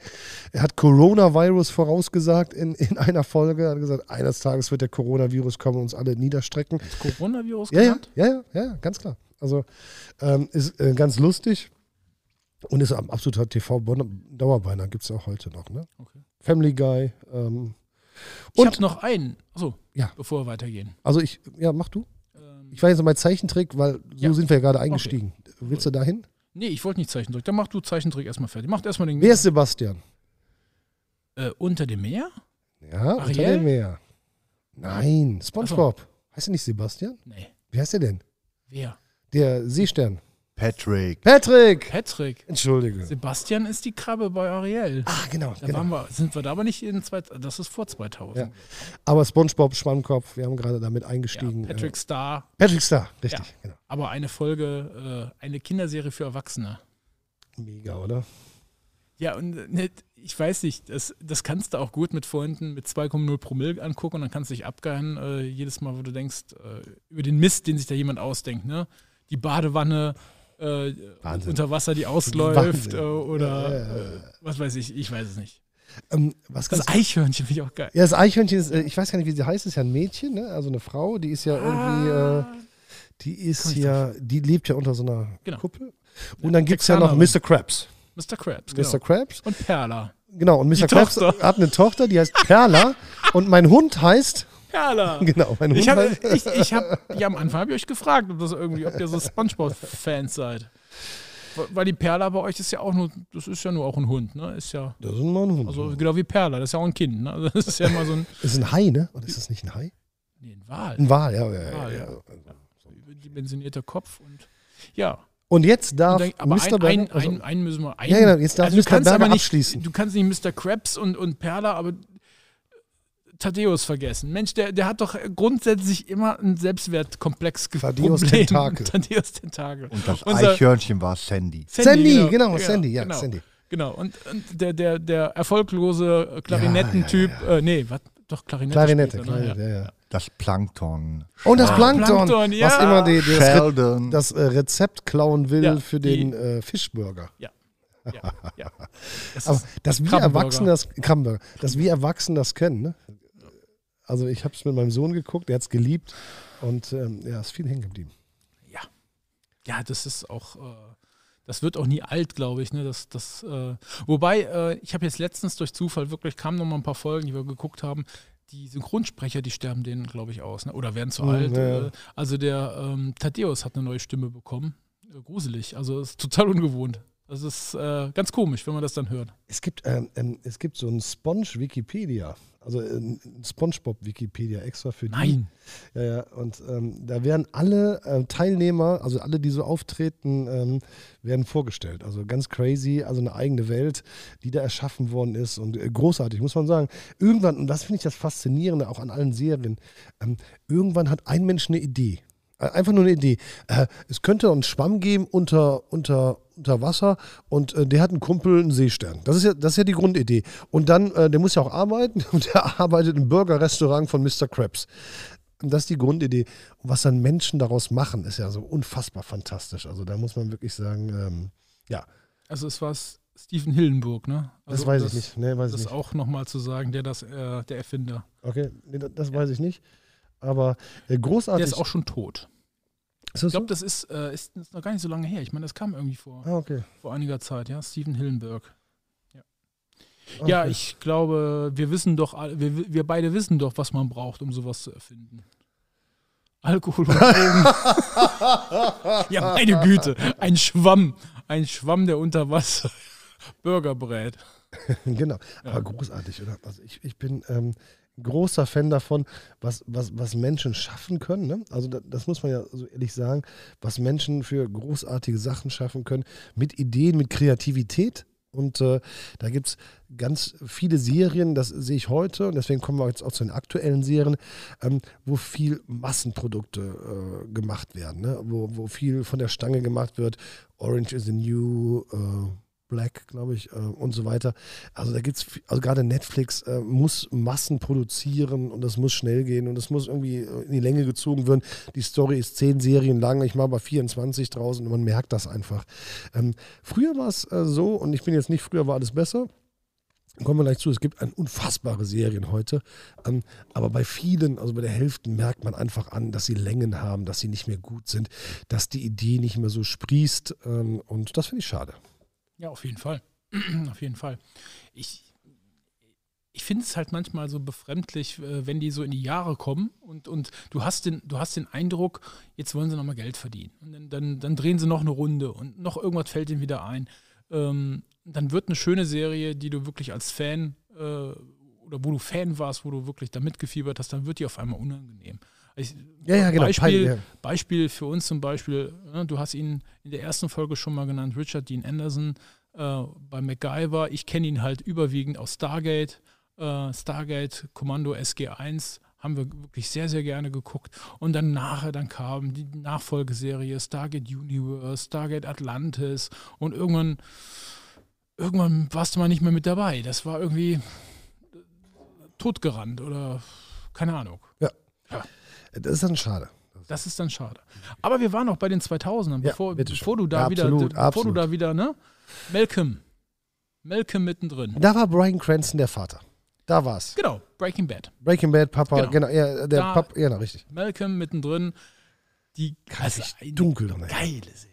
Speaker 1: Er hat Coronavirus vorausgesagt in, in einer Folge. Er hat gesagt, eines Tages wird der Coronavirus kommen und uns alle niederstrecken.
Speaker 2: Coronavirus
Speaker 1: Ja, ja,
Speaker 2: genannt?
Speaker 1: ja, ja, ja, ganz klar. Also ähm, ist äh, ganz lustig und ist ein absoluter TV-Dauerbeiner. Gibt es ja auch heute noch. Ne?
Speaker 2: Okay.
Speaker 1: Family Guy. Ähm,
Speaker 2: Ich
Speaker 1: und,
Speaker 2: habe noch einen. Achso,
Speaker 1: Ja.
Speaker 2: bevor wir weitergehen.
Speaker 1: also ich, ja, mach du.
Speaker 2: Ähm,
Speaker 1: Ich war jetzt noch bei Zeichentrick, weil so
Speaker 2: Ja.
Speaker 1: sind wir ja gerade eingestiegen. Willst du dahin?
Speaker 2: nee, ich wollte nicht Zeichentrick. Dann mach du Zeichentrick erstmal fertig. Macht erstmal den.
Speaker 1: Wer ist Sebastian?
Speaker 2: Äh, unter dem Meer?
Speaker 1: Ja, unter
Speaker 2: Ariel?
Speaker 1: dem Meer. Nein, Spongebob. Heißt er nicht Sebastian?
Speaker 2: Nee.
Speaker 1: Wie heißt er denn?
Speaker 2: Wer?
Speaker 1: Der Seestern.
Speaker 4: Patrick.
Speaker 1: Patrick!
Speaker 2: Patrick.
Speaker 1: Entschuldige.
Speaker 2: Sebastian ist die Krabbe bei Ariel.
Speaker 1: Ah, genau.
Speaker 2: Da
Speaker 1: genau.
Speaker 2: waren wir, sind wir da aber nicht in zwei, das ist vor 2000.
Speaker 1: Aber Spongebob, Schwammkopf, wir haben gerade damit eingestiegen.
Speaker 2: Patrick Star,
Speaker 1: Äh, Patrick Star, richtig.
Speaker 2: Ja.
Speaker 1: Genau.
Speaker 2: aber eine Folge, äh, eine Kinderserie für Erwachsene.
Speaker 1: Mega, oder?
Speaker 2: Ja, und äh, ne, ich weiß nicht, das, das kannst du auch gut mit Freunden mit 2,0 Promille angucken und dann kannst du dich abgeilen, äh, jedes Mal, wo du denkst, äh, über den Mist, den sich da jemand ausdenkt, ne? Die Badewanne äh,
Speaker 1: Wahnsinn.
Speaker 2: unter Wasser, die ausläuft
Speaker 1: Wahnsinn.
Speaker 2: äh, oder
Speaker 1: Ja,
Speaker 2: äh, was weiß ich, ich weiß es nicht.
Speaker 1: Ähm, was
Speaker 2: Das
Speaker 1: ganz
Speaker 2: Eichhörnchen finde ich auch geil.
Speaker 1: ja, das Eichhörnchen ist, äh, ich weiß gar nicht, wie sie heißt, ist ja ein Mädchen, ne? also eine Frau, die ist ja irgendwie,
Speaker 2: Ah.
Speaker 1: äh, die ist ja, die lebt ja unter so einer
Speaker 2: Genau.
Speaker 1: Kuppel. Und dann gibt es ja noch
Speaker 2: Texanerin.
Speaker 1: Mr. Krabs.
Speaker 2: Mr. Krabs,
Speaker 1: Mr.
Speaker 2: genau.
Speaker 1: Krabs,
Speaker 2: Und Perla.
Speaker 1: genau, und Mr.
Speaker 2: Die
Speaker 1: Krabs
Speaker 2: Tochter.
Speaker 1: hat eine Tochter, die heißt Perla und mein Hund heißt,
Speaker 2: Perla!
Speaker 1: genau, mein Hund
Speaker 2: Ich habe,
Speaker 1: heißt,
Speaker 2: ich, ich hab, ja, am Anfang habe ich euch gefragt, ob, das irgendwie, ob ihr so Spongebob-Fans seid. Weil- Weil die Perla bei euch ist ja auch nur, das ist ja nur auch ein Hund, ne? Ist ja,
Speaker 1: das ist mal ein Hund.
Speaker 2: also genau wie Perla, das ist ja auch ein Kind, ne? Das ist ja immer so ein,
Speaker 1: ist ein Hai, ne? Oder ist das nicht ein Hai?
Speaker 2: nee, ein Wal,
Speaker 1: Ein Wal, ja. ja, ja,
Speaker 2: Wal,
Speaker 1: ja.
Speaker 2: ja. überdimensionierter Kopf und, ja.
Speaker 1: Und jetzt darf
Speaker 2: Und dann,
Speaker 1: Mr.
Speaker 2: aber Mr. Einen,
Speaker 1: Bernard. also-
Speaker 2: einen, einen müssen wir einen. Also
Speaker 1: Ja, genau, jetzt darf
Speaker 2: du
Speaker 1: Mr.
Speaker 2: kannst
Speaker 1: Berner
Speaker 2: aber nicht,
Speaker 1: abschließen.
Speaker 2: Du kannst nicht Mr. Krabs und, und Perla, aber Thaddeus vergessen. Mensch, der, der hat doch grundsätzlich immer ein Selbstwertkomplex
Speaker 1: Thaddeus Tentakel.
Speaker 2: Thaddeus Tentakel.
Speaker 4: Und das
Speaker 2: Unser-
Speaker 4: Eichhörnchen war Sandy.
Speaker 1: Sandy, genau, Sandy, ja,
Speaker 2: genau.
Speaker 1: Sandy.
Speaker 2: Genau, und, und der, der, der erfolglose Klarinettentyp, äh, nee, was? Doch, Klarinette.
Speaker 1: Klarinette,
Speaker 2: spielt er, ne?
Speaker 1: Klarinette, ja, ja.
Speaker 4: Das Plankton.
Speaker 1: Oh, Und das Plankton,
Speaker 2: Plankton, ja.
Speaker 1: was immer die, die, das, Re
Speaker 4: Sheldon.
Speaker 1: das äh, Rezept klauen will
Speaker 2: Ja,
Speaker 1: für
Speaker 2: die-
Speaker 1: den äh, Fischburger.
Speaker 2: Ja, ja, ja. Das
Speaker 1: Aber
Speaker 2: ist-
Speaker 1: dass wir
Speaker 2: Krabbenburger.
Speaker 1: Erwachsene das, Krabbenburger, dass wir Erwachsenen das können, ne? Also ich habe es mit meinem Sohn geguckt, der hat es geliebt und ähm, ja, ist viel hängen geblieben.
Speaker 2: ja. ja, das ist auch, äh, das wird auch nie alt, glaube ich. Ne? Das, das, äh, wobei, äh, ich habe jetzt letztens durch Zufall wirklich, kamen noch mal ein paar Folgen, die wir geguckt haben, die Synchronsprecher, die sterben denen, glaube ich, aus. Ne? Oder werden zu
Speaker 1: Mhm,
Speaker 2: alt.
Speaker 1: ja, ja.
Speaker 2: Äh, also der ähm, Thaddeus hat eine neue Stimme bekommen. Äh, gruselig, also ist total ungewohnt. Das ist äh, ganz komisch, wenn man das dann hört.
Speaker 1: Es gibt, ähm, ähm, es gibt so einen Sponge-Wikipedia, also ähm, ein Spongebob-Wikipedia extra für die.
Speaker 2: Nein.
Speaker 1: Ja, ja, und ähm, da werden alle äh, Teilnehmer, also alle, die so auftreten, ähm, werden vorgestellt. Also ganz crazy, also eine eigene Welt, die da erschaffen worden ist und äh, großartig, muss man sagen. Irgendwann, und das finde ich das Faszinierende auch an allen Serien, ähm, irgendwann hat ein Mensch eine Idee. Äh, Einfach nur eine Idee. Äh, es könnte einen Schwamm geben unter, unter, unter Wasser und äh, der hat einen Kumpel, einen Seestern. Das ist ja, das ist ja die Grundidee. Und dann, äh, der muss ja auch arbeiten und der arbeitet im Burgerrestaurant von Mr. Krabs. Und das ist die Grundidee. Und was dann Menschen daraus machen, ist ja so unfassbar fantastisch. Also da muss man wirklich sagen, ähm, ja,
Speaker 2: Also es war S- Stephen Hillenburg, ne?
Speaker 1: das
Speaker 2: Also
Speaker 1: weiß ich nicht. Nee, weiß ich
Speaker 2: Das
Speaker 1: nicht.
Speaker 2: auch nochmal zu sagen, der das, äh, der Erfinder.
Speaker 1: Okay, nee, das, das weiß ich nicht. Aber äh, großartig.
Speaker 2: Der ist auch schon tot.
Speaker 1: Ist das
Speaker 2: Ich glaube, das ist, äh, ist, ist noch gar nicht so lange her. Ich meine, das kam irgendwie vor,
Speaker 1: so? ah, okay.
Speaker 2: vor einiger Zeit, ja. Stephen Hillenburg.
Speaker 1: okay.
Speaker 2: Ja, ich glaube, wir wissen doch, all- wir, wi- wir beide wissen doch, was man braucht, um sowas zu erfinden. Alkohol und Drogen. ja, meine Güte. Ein Schwamm. Ein Schwamm, der unter Wasser Burger brät.
Speaker 1: genau. Aber großartig, oder? Also ich, ich bin ähm, großer Fan davon, was, was, was Menschen schaffen können. Ne? Also da, das muss man ja so ehrlich sagen, was Menschen für großartige Sachen schaffen können, mit Ideen, mit Kreativität. Und äh, da gibt es ganz viele Serien, das sehe ich heute, und deswegen kommen wir jetzt auch zu den aktuellen Serien, ähm, wo viel Massenprodukte äh, gemacht werden, ne? wo, wo viel von der Stange gemacht wird. Orange is the New äh, Black, glaube ich, äh, und so weiter. Also da gibt es, also gerade Netflix äh, muss Massen produzieren und das muss schnell gehen und das muss irgendwie äh, in die Länge gezogen werden. Die Story ist zehn Serien lang, ich mache aber 24 draußen und man merkt das einfach. Ähm, früher war es äh, so, und ich bin jetzt nicht, früher war alles besser. Kommen wir gleich zu, es gibt ein unfassbare Serien heute. Ähm, aber bei vielen, also bei der Hälfte, merkt man einfach an, dass sie Längen haben, dass sie nicht mehr gut sind, dass die Idee nicht mehr so sprießt. Ähm, und das finde ich schade.
Speaker 2: Ja, auf jeden Fall. auf jeden Fall. Ich, ich finde es halt manchmal so befremdlich, äh, wenn die so in die Jahre kommen und, und du, hast den, du hast den Eindruck, jetzt wollen sie nochmal Geld verdienen. Und dann, dann, dann drehen sie noch eine Runde und noch irgendwas fällt ihnen wieder ein. Ähm, dann wird eine schöne Serie, die du wirklich als Fan äh, oder wo du Fan warst, wo du wirklich da mitgefiebert hast, dann wird die auf einmal unangenehm. Ich,
Speaker 1: Ja, ja, genau.
Speaker 2: Beispiel,
Speaker 1: Ja.
Speaker 2: Beispiel für uns zum Beispiel, ne, du hast ihn in der ersten Folge schon mal genannt, Richard Dean Anderson äh, bei MacGyver. Ich kenne ihn halt überwiegend aus Stargate. Äh, Stargate, Kommando SG1 haben wir wirklich sehr, sehr gerne geguckt. Und dann nachher, dann kam die Nachfolgeserie Stargate Universe, Stargate Atlantis und irgendwann, irgendwann warst du mal nicht mehr mit dabei. Das war irgendwie äh, totgerannt oder keine Ahnung.
Speaker 1: Das ist dann schade.
Speaker 2: Das ist dann schade. Aber wir waren noch bei den 2000ern,
Speaker 1: Ja,
Speaker 2: bevor,
Speaker 1: bitteschön.
Speaker 2: bevor du da
Speaker 1: Ja,
Speaker 2: wieder,
Speaker 1: absolut,
Speaker 2: bevor
Speaker 1: absolut.
Speaker 2: du da wieder, ne? Malcolm. Malcolm mittendrin.
Speaker 1: Da war Brian Cranston der Vater. Da war's.
Speaker 2: Genau, Breaking Bad.
Speaker 1: Breaking Bad, Papa, genau,
Speaker 2: Genau.
Speaker 1: ja, der
Speaker 2: Da-
Speaker 1: Papa, ja, na, richtig.
Speaker 2: Malcolm mittendrin. Die also
Speaker 1: richtig
Speaker 2: eine
Speaker 1: dunkel, Mann, ey.
Speaker 2: geile Serie.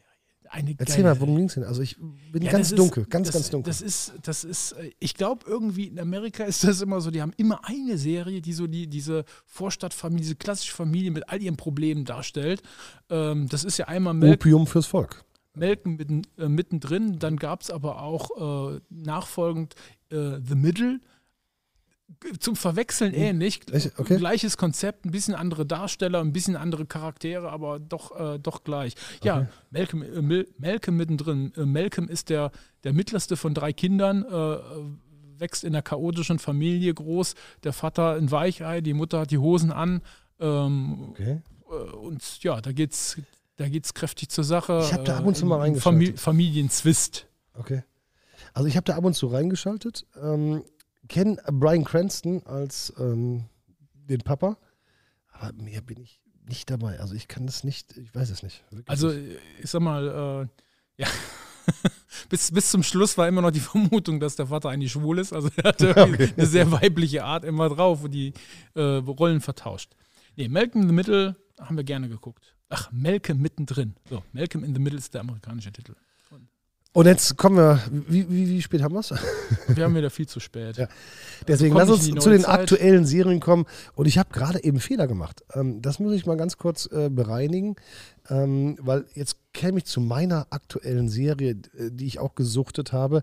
Speaker 2: Eine
Speaker 1: Erzähl
Speaker 2: geile
Speaker 1: mal, worum ging's denn? Also ich bin
Speaker 2: Ja,
Speaker 1: ganz
Speaker 2: das ist-
Speaker 1: dunkel, ganz,
Speaker 2: das,
Speaker 1: ganz dunkel.
Speaker 2: Das ist, das ist, äh, ich glaube irgendwie in Amerika ist das immer so, die haben immer eine Serie, die so die, diese Vorstadtfamilie, diese klassische Familie mit all ihren Problemen darstellt. Ähm, das ist ja einmal Malcolm.
Speaker 1: Opium fürs Volk.
Speaker 2: Melken mitten, äh, mittendrin. Dann gab es aber auch äh, nachfolgend äh, The Middle. zum Verwechseln ähnlich.
Speaker 1: Echt? Okay.
Speaker 2: Gleiches Konzept, ein bisschen andere Darsteller, ein bisschen andere Charaktere, aber doch, äh, doch gleich. Ja, Malcolm, äh, Mil- Malcolm mittendrin. Äh, Malcolm ist der, der mittlerste von drei Kindern, äh, wächst in einer chaotischen Familie groß. Der Vater ein Weichei, die Mutter hat die Hosen an. Ähm,
Speaker 1: Okay.
Speaker 2: äh, und ja, da geht's, da geht's kräftig zur Sache.
Speaker 1: Ich hab da ab und zu mal
Speaker 2: in
Speaker 1: reingeschaltet.
Speaker 2: Famili- Familienzwist.
Speaker 1: Okay. Also ich habe da ab und zu reingeschaltet. Ähm, Kenne Brian Cranston als ähm, den Papa. Aber mehr bin ich nicht dabei. Also ich kann das nicht, ich weiß es nicht. Wirklich
Speaker 2: Also,
Speaker 1: nicht.
Speaker 2: ich sag mal, äh, ja. Bis, bis zum Schluss war immer noch die Vermutung, dass der Vater eigentlich schwul ist. Also er hatte irgendwie eine sehr weibliche Art immer drauf und die äh, Rollen vertauscht. Nee, Malcolm in the Middle haben wir gerne geguckt. Ach, Malcolm mittendrin. So, Malcolm in the Middle ist der amerikanische Titel.
Speaker 1: Und jetzt kommen wir, wie, wie, wie spät haben wir es?
Speaker 2: Wir haben wieder viel zu spät.
Speaker 1: Ja. Deswegen
Speaker 2: kommt
Speaker 1: lass
Speaker 2: nicht
Speaker 1: uns
Speaker 2: in die
Speaker 1: zu
Speaker 2: neue
Speaker 1: den
Speaker 2: Zeit.
Speaker 1: aktuellen Serien kommen. Und ich habe gerade eben Fehler gemacht. Ähm, das muss ich mal ganz kurz äh, bereinigen, ähm, weil jetzt käme ich zu meiner aktuellen Serie, d- äh, die ich auch gesuchtet habe.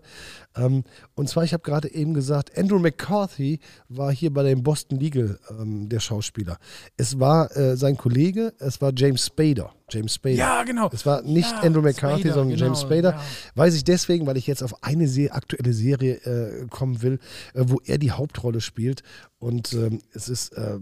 Speaker 1: Ähm, und zwar, ich habe gerade eben gesagt, Andrew McCarthy war hier bei dem Boston Legal ähm, der Schauspieler. Es war äh, sein Kollege, es war James Spader. James Spader.
Speaker 2: Ja, genau.
Speaker 1: Es war nicht
Speaker 2: Ja,
Speaker 1: Andrew McCarthy,
Speaker 2: Spader,
Speaker 1: sondern James
Speaker 2: genau,
Speaker 1: Spader.
Speaker 2: ja.
Speaker 1: Weiß ich deswegen, weil ich jetzt auf eine sehr aktuelle Serie äh, kommen will, äh, wo er die Hauptrolle spielt. Und ähm, es ist äh,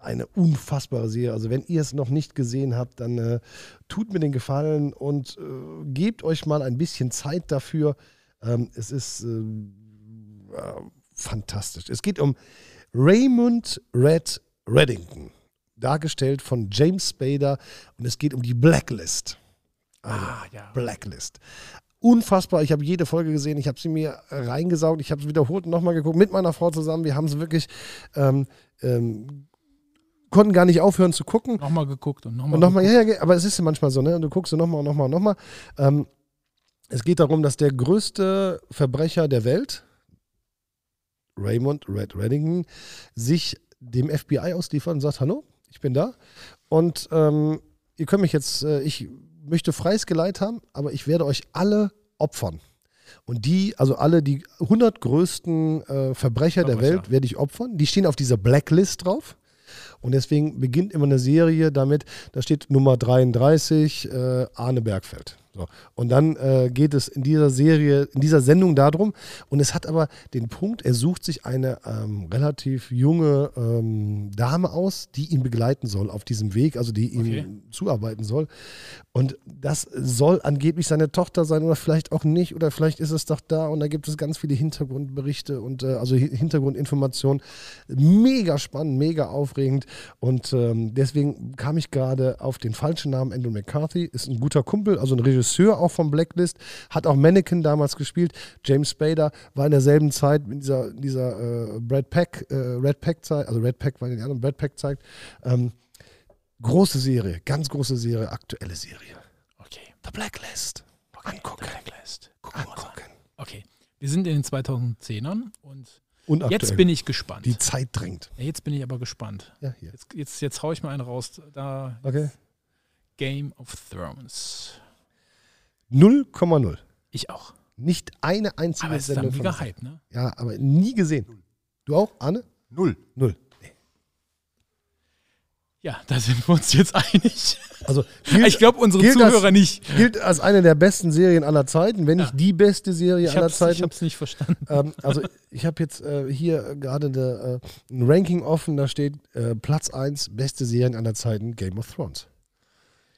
Speaker 1: eine unfassbare Serie. Also wenn ihr es noch nicht gesehen habt, dann äh, tut mir den Gefallen und äh, gebt euch mal ein bisschen Zeit dafür. Ähm, es ist äh, äh, fantastisch. Es geht um Raymond Red Reddington, dargestellt von James Spader. Und es geht um die Blacklist.
Speaker 2: Ah, ja.
Speaker 1: Blacklist. Unfassbar, ich habe jede Folge gesehen, ich habe sie mir äh, reingesaugt, ich habe es wiederholt und nochmal geguckt mit meiner Frau zusammen. Wir haben es wirklich, ähm, ähm, konnten gar nicht aufhören zu gucken.
Speaker 2: Nochmal geguckt und nochmal.
Speaker 1: Und nochmal, ja, ja, aber es ist ja manchmal so, ne? Und du guckst so nochmal und nochmal und nochmal. Ähm, es geht darum, dass der größte Verbrecher der Welt, Raymond Red Reddington, sich dem FBI ausliefert und sagt, hallo, ich bin da. Und ähm, ihr könnt mich jetzt, äh, ich möchte freies Geleit haben, aber ich werde euch alle opfern. Und die, also alle die 100 größten äh, Verbrecher der
Speaker 2: Verbrecher.
Speaker 1: Welt werde ich opfern. Die stehen auf dieser Blacklist drauf. Und deswegen beginnt immer eine Serie damit, da steht Nummer 33, äh, Arne Bergfeld. So. Und dann äh, geht es in dieser Serie, in dieser Sendung darum. Und es hat aber den Punkt, er sucht sich eine ähm, relativ junge ähm, Dame aus, die ihn begleiten soll auf diesem Weg, also die ihm
Speaker 2: Okay.
Speaker 1: zuarbeiten soll. Und das soll angeblich seine Tochter sein oder vielleicht auch nicht oder vielleicht ist es doch da und da gibt es ganz viele Hintergrundberichte und äh, also Hi- Hintergrundinformationen. Mega spannend, mega aufregend und ähm, deswegen kam ich gerade auf den falschen Namen Andrew McCarthy, ist ein guter Kumpel, also ein Regisseur auch von Blacklist, hat auch Mannequin damals gespielt, James Spader war in derselben Zeit in dieser, dieser äh, Brad Pack, äh, Red Pack Zeit, also Red Pack war in den anderen, Brad Pack zeigt, ähm, Große Serie, ganz große Serie, aktuelle Serie.
Speaker 2: Okay.
Speaker 1: The Blacklist. Angucken.
Speaker 2: Blacklist.
Speaker 1: Gucken, angucken.
Speaker 2: Okay. Wir sind in den 2010ern und
Speaker 1: Und aktuell.
Speaker 2: jetzt bin ich gespannt.
Speaker 1: Die Zeit drängt.
Speaker 2: Ja, jetzt bin ich aber gespannt.
Speaker 1: Ja, hier.
Speaker 2: Jetzt, jetzt, jetzt hau ich mal einen raus. Da
Speaker 1: Okay.
Speaker 2: Game of Thrones.
Speaker 1: 0,0.
Speaker 2: Ich auch.
Speaker 1: Nicht eine einzige
Speaker 2: Aber es ist ein
Speaker 1: Sendung.
Speaker 2: mega
Speaker 1: von-
Speaker 2: Hype, ne?
Speaker 1: Ja, aber nie gesehen. Du auch, Anne?
Speaker 4: Null.
Speaker 1: Null.
Speaker 2: Ja, da sind wir uns jetzt einig.
Speaker 1: Also gilt,
Speaker 2: Ich glaube, unsere
Speaker 1: gilt
Speaker 2: Zuhörer
Speaker 1: als,
Speaker 2: nicht.
Speaker 1: Gilt als eine der besten Serien aller Zeiten, wenn nicht die beste Serie
Speaker 2: Ich
Speaker 1: aller
Speaker 2: hab's, ich
Speaker 1: Zeiten.
Speaker 2: hab's nicht verstanden.
Speaker 1: ähm, also ich habe jetzt äh, hier gerade ne, äh, ein Ranking offen, da steht äh, Platz 1, beste Serien aller Zeiten, Game of Thrones.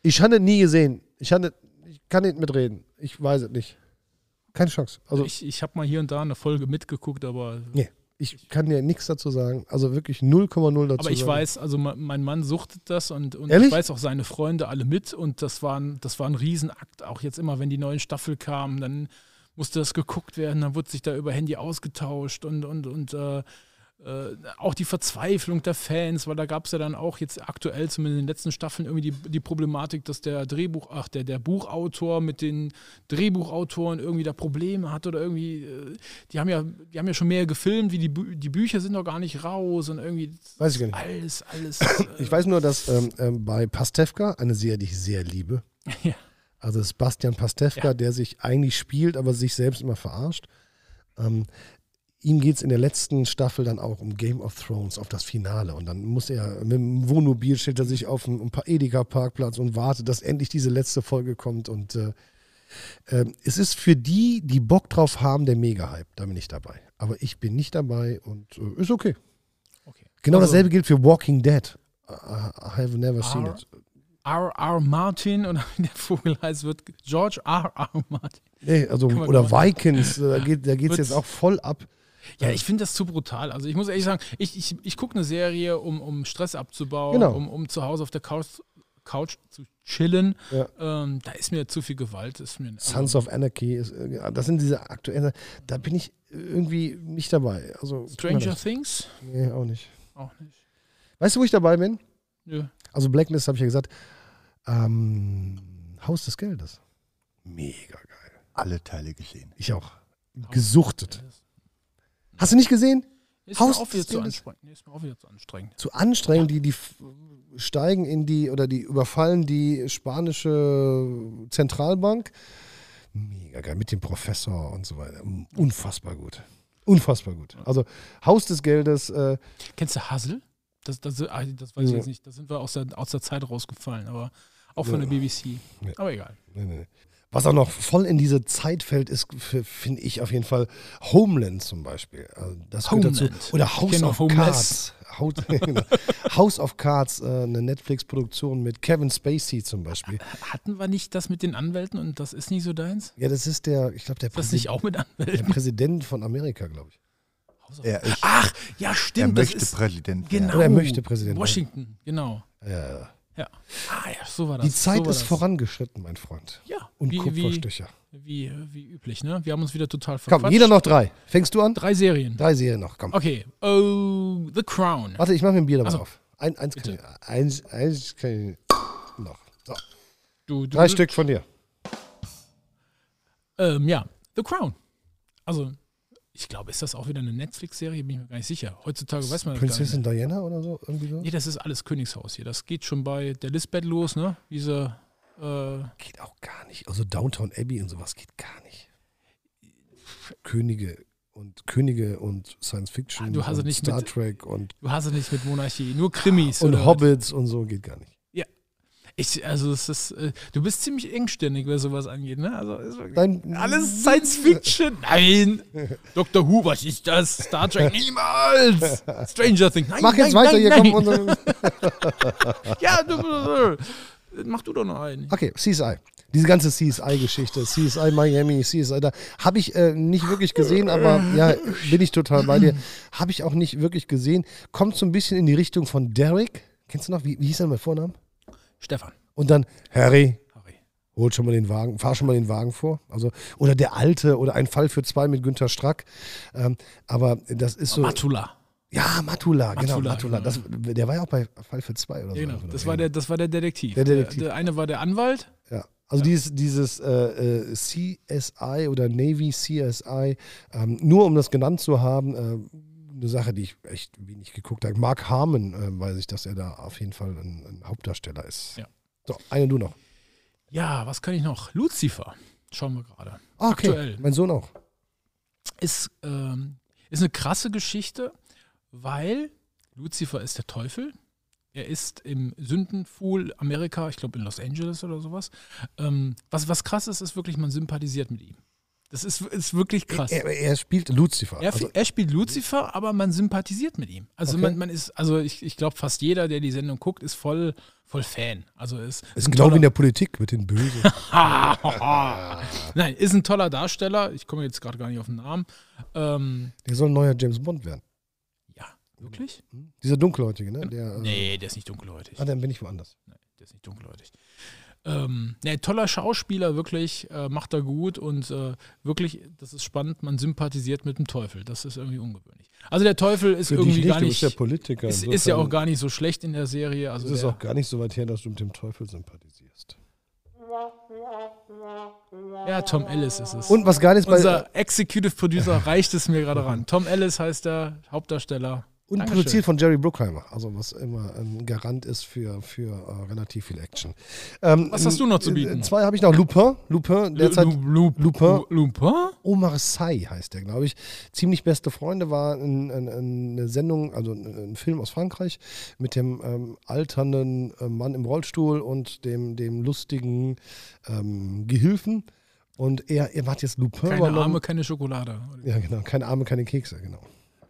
Speaker 1: Ich habe nie gesehen. Ich, habe, ich kann nicht mitreden. Ich weiß es nicht. Keine Chance. Also ich,
Speaker 2: ich ich habe mal hier und da eine Folge mitgeguckt, aber,
Speaker 1: nee, ich kann dir nichts dazu sagen. Also wirklich 0,0 dazu
Speaker 2: aber ich
Speaker 1: sagen.
Speaker 2: weiß, also ma- mein Mann suchtet das und, und
Speaker 1: Ehrlich?
Speaker 2: ich weiß auch seine Freunde alle mit und das war, ein, das war ein Riesenakt. Auch jetzt immer, wenn die neuen Staffel kamen, dann musste das geguckt werden, dann wurde sich da über Handy ausgetauscht und, und, und äh, äh, auch die Verzweiflung der Fans, weil da gab es ja dann auch jetzt aktuell, zumindest in den letzten Staffeln, irgendwie die, die Problematik, dass der Drehbuch, ach, der, der Buchautor mit den Drehbuchautoren irgendwie da Probleme hat oder irgendwie, äh, die haben ja, die haben ja schon mehr gefilmt, wie die, Bü die Bücher sind noch gar nicht raus und irgendwie
Speaker 1: Weiß ich gar nicht.
Speaker 2: alles, alles. Äh,
Speaker 1: Ich weiß nur, dass ähm, ähm, bei Pastewka, eine Serie, die ich sehr liebe,
Speaker 2: Ja.
Speaker 1: also es ist Bastian Pastewka, der sich eigentlich spielt, aber sich selbst immer verarscht, ähm, ihm geht es in der letzten Staffel dann auch um Game of Thrones, auf das Finale. Und dann muss er mit dem Wohnmobil steht er sich auf einem Edeka-Parkplatz und wartet, dass endlich diese letzte Folge kommt. Und äh, ähm, es ist für die, die Bock drauf haben, der Mega-Hype. Da bin ich dabei. Aber ich bin nicht dabei und äh, ist okay.
Speaker 2: Okay.
Speaker 1: Genau
Speaker 2: Also-
Speaker 1: dasselbe gilt für Walking Dead. I I have never seen
Speaker 2: Ah.
Speaker 1: it.
Speaker 2: R. R. Martin oder wie der Vogel heißt, wird George R. R. Martin.
Speaker 1: Nee, also,
Speaker 2: Kann man
Speaker 1: oder
Speaker 2: gar
Speaker 1: Vikings, äh, da geht es
Speaker 2: Wird's-
Speaker 1: jetzt auch voll ab.
Speaker 2: Ja, ich finde das zu brutal. Also ich muss ehrlich sagen, ich, ich, ich gucke eine Serie, um, um Stress abzubauen,
Speaker 1: Genau.
Speaker 2: um, um zu Hause auf der Couch, Couch zu chillen.
Speaker 1: Ja. halt-
Speaker 2: Ähm, da ist mir zu viel Gewalt. Ist mir
Speaker 1: Sons of Anarchy, ist, äh, das sind diese aktuellen, da bin ich irgendwie nicht dabei. Also, tut mir
Speaker 2: Stranger
Speaker 1: leid.
Speaker 2: Things?
Speaker 1: Nee, auch nicht.
Speaker 2: Auch nicht.
Speaker 1: Weißt du, wo ich dabei bin?
Speaker 2: Nö.
Speaker 1: Also Blacklist habe ich ja gesagt. Ähm, Haus des Geldes. Mega geil.
Speaker 4: Alle Teile gesehen.
Speaker 1: Ich auch. Gesuchtet. Hast du nicht gesehen?
Speaker 2: Ist
Speaker 1: Haus
Speaker 2: mir auch
Speaker 1: des
Speaker 2: wieder zu
Speaker 1: Geldes.
Speaker 2: anstrengend. Nee, Ist mir auch wieder zu anstrengend.
Speaker 1: Zu anstrengend, die, die f- steigen in die oder die überfallen die spanische Zentralbank. Mega geil. Mit dem Professor und so weiter. Mm, Unfassbar gut. Unfassbar gut. Also Haus des Geldes, äh,
Speaker 2: Kennst du Hassel? Das, das, ah, das weiß ich
Speaker 1: Ja.
Speaker 2: jetzt nicht. Da sind wir aus der, aus der Zeit rausgefallen, aber auch von der BBC.
Speaker 1: Ja.
Speaker 2: Aber egal.
Speaker 1: Nee, nee. nee. Was auch noch voll in diese Zeit fällt, ist, f- finde ich auf jeden Fall, Homeland zum Beispiel. Also das gehört dazu.
Speaker 2: Homeland. Ich
Speaker 1: Oder House
Speaker 2: kenn
Speaker 1: of
Speaker 2: noch
Speaker 1: Cards. Haus- genau. House of Cards, äh, eine Netflix-Produktion mit Kevin Spacey zum Beispiel.
Speaker 2: Hatten wir nicht das mit den Anwälten und das ist nicht so deins?
Speaker 1: Ja, das ist der, ich glaube, der,
Speaker 2: Ist das
Speaker 1: Präsi-
Speaker 2: nicht auch mit
Speaker 1: der
Speaker 2: Anwälten?
Speaker 1: Präsident von Amerika, glaube ich.
Speaker 4: Er, ist,
Speaker 2: Ach, ja,
Speaker 4: er
Speaker 2: Also, ah, stimmt.
Speaker 4: möchte
Speaker 2: das ist,
Speaker 4: Präsident
Speaker 2: genau.
Speaker 4: werden.
Speaker 1: Oder er möchte Präsident werden.
Speaker 2: Washington, genau.
Speaker 1: Äh,
Speaker 2: Ja. Ah, ja, so war das.
Speaker 1: die Zeit
Speaker 2: so war
Speaker 1: ist
Speaker 2: das.
Speaker 1: vorangeschritten, mein Freund.
Speaker 2: Ja,
Speaker 1: Und
Speaker 2: wie, wie,
Speaker 1: Kupfersticher.
Speaker 2: wie, äh, wie üblich, ne? Wir haben uns wieder total verquatscht.
Speaker 1: Komm, jeder noch drei. Fängst du an?
Speaker 2: Drei Serien.
Speaker 1: Drei Serien noch, komm.
Speaker 2: Okay, oh, The Crown.
Speaker 1: Warte, ich mache mir ein Bier dabei
Speaker 2: Also,
Speaker 1: auf. Ein, eins, kann ich, eins, eins kann ich noch. So.
Speaker 2: Du, du,
Speaker 1: Drei Stück von dir.
Speaker 2: Ähm, ja, The Crown. Also, ich glaube, ist das auch wieder eine Netflix-Serie? Bin ich mir gar nicht sicher. Heutzutage weiß man das gar
Speaker 1: Prinzessin Diana oder so? Irgendwie so?
Speaker 2: nicht. Nee, das ist alles Königshaus hier. Das geht schon bei der Lisbeth los, ne? Diese, äh,
Speaker 1: Geht auch gar nicht. Also Downtown Abbey und sowas geht gar nicht. Könige und Könige und Science Fiction
Speaker 2: Ah, du hast
Speaker 1: und
Speaker 2: es nicht
Speaker 1: Star
Speaker 2: mit-
Speaker 1: Trek und,
Speaker 2: du hast es nicht mit Monarchie, nur Krimis.
Speaker 1: und
Speaker 2: oder-
Speaker 1: Hobbits und so geht gar nicht.
Speaker 2: Ich, also, es ist, äh, du bist ziemlich engständig, was sowas angeht, ne? Also, ist wirklich-
Speaker 1: Nein,
Speaker 2: alles Science Fiction? Nein! Dr. Who, was ist das? Star Trek? Niemals! Stranger Things? Nein,
Speaker 1: Mach jetzt
Speaker 2: nein,
Speaker 1: weiter,
Speaker 2: nein,
Speaker 1: hier
Speaker 2: nein.
Speaker 1: kommen unsere.
Speaker 2: Ja, du, du, du. Mach du doch noch einen.
Speaker 1: Okay, CSI. Diese ganze CSI-Geschichte, CSI Miami, CSI, da habe ich äh, nicht wirklich gesehen, aber ja, bin ich total bei dir. Habe ich auch nicht wirklich gesehen. Kommt so ein bisschen in die Richtung von Derek. Kennst du noch, wie, wie hieß er mit Vornamen?
Speaker 2: Stefan.
Speaker 1: Und dann Harry,
Speaker 2: Harry.
Speaker 1: hol schon mal den Wagen, fahr schon mal den Wagen vor. Also, oder der Alte oder ein Fall für zwei mit Günther Strack. Ähm, aber das ist so.
Speaker 2: Matula.
Speaker 1: ja, Matula, genau,
Speaker 2: Matula,
Speaker 1: Matula. Das, der war ja auch bei Fall für zwei oder so.
Speaker 2: Genau,
Speaker 1: Oder
Speaker 2: das
Speaker 1: so.
Speaker 2: war der, das war der Detektiv.
Speaker 1: Der Detektiv.
Speaker 2: Der, der eine war der Anwalt.
Speaker 1: Ja. Also dieses, dieses äh, äh, CSI oder Navy CSI, ähm, nur um das genannt zu haben, äh, eine Sache, die ich echt wenig geguckt habe. Mark Harmon äh, weiß ich, dass er da auf jeden Fall ein, ein Hauptdarsteller ist.
Speaker 2: Ja.
Speaker 1: So, eine du noch.
Speaker 2: Ja, was kann ich noch? Lucifer. Schauen wir gerade.
Speaker 1: Ah, okay,
Speaker 2: Aktuell.
Speaker 1: mein Sohn auch.
Speaker 2: Ist, ähm, ist eine krasse Geschichte, weil Lucifer ist der Teufel. Er ist im Sündenfuhl Amerika, ich glaube in Los Angeles oder sowas. Ähm, was, was krass ist, ist wirklich, man sympathisiert mit ihm. Das ist, ist wirklich krass.
Speaker 1: Er, er spielt Lucifer.
Speaker 2: Er,
Speaker 1: also,
Speaker 2: er spielt Lucifer, aber man sympathisiert mit ihm. Also
Speaker 1: Okay.
Speaker 2: man, man ist, also ich, ich glaube, fast jeder, der die Sendung guckt, ist voll, voll Fan. Also ist,
Speaker 1: ist
Speaker 2: ein
Speaker 1: genau wie
Speaker 2: toller-
Speaker 1: in der Politik mit den Bösen.
Speaker 2: Nein, ist ein toller Darsteller. Ich komme jetzt gerade gar nicht auf den Namen. Ähm,
Speaker 1: der soll ein neuer James Bond werden.
Speaker 2: ja, wirklich?
Speaker 1: Dieser Dunkelhäutige, ne? Der, äh,
Speaker 2: Genau. Nee, der ist nicht dunkelhäutig.
Speaker 1: Ah, dann bin ich woanders.
Speaker 2: Der ist nicht dunkelhäutig. Ähm, nee, toller Schauspieler, wirklich, äh, macht er gut und äh, wirklich, das ist spannend, man sympathisiert mit dem Teufel. Das ist irgendwie ungewöhnlich. Also der Teufel ist
Speaker 1: Für dich
Speaker 2: irgendwie
Speaker 1: nicht,
Speaker 2: gar
Speaker 1: du bist
Speaker 2: nicht.
Speaker 1: ja Politiker.
Speaker 2: ist, ist ja
Speaker 1: insofern
Speaker 2: auch gar nicht so schlecht in der Serie. Also
Speaker 1: ist es
Speaker 2: der,
Speaker 1: auch gar nicht so weit her, dass du mit dem Teufel sympathisierst.
Speaker 2: ja, Tom Ellis ist es.
Speaker 1: Und was geil ist bei,
Speaker 2: Unser Executive Producer reicht es mir gerade ran. Tom Ellis heißt der Hauptdarsteller.
Speaker 1: Und
Speaker 2: Dankeschön.
Speaker 1: produziert von Jerry Bruckheimer, also was immer ein Garant ist für, für äh, relativ viel Action. Ähm,
Speaker 2: Was hast du noch zu bieten?
Speaker 1: äh, Zwei habe ich noch. Lupin, Lupin, derzeit
Speaker 2: Lu- Lu-
Speaker 1: Lupin.
Speaker 2: Lu- Lupin?
Speaker 1: Omar Sy heißt der, glaube ich. Ziemlich beste Freunde war ein, ein, eine Sendung, also ein, ein Film aus Frankreich mit dem ähm, alternden äh, Mann im Rollstuhl und dem, dem lustigen ähm, Gehilfen. Und er, er macht jetzt Lupin
Speaker 2: Keine
Speaker 1: übernommen.
Speaker 2: Arme, keine Schokolade.
Speaker 1: Ja, genau. Keine Arme, keine Kekse, genau.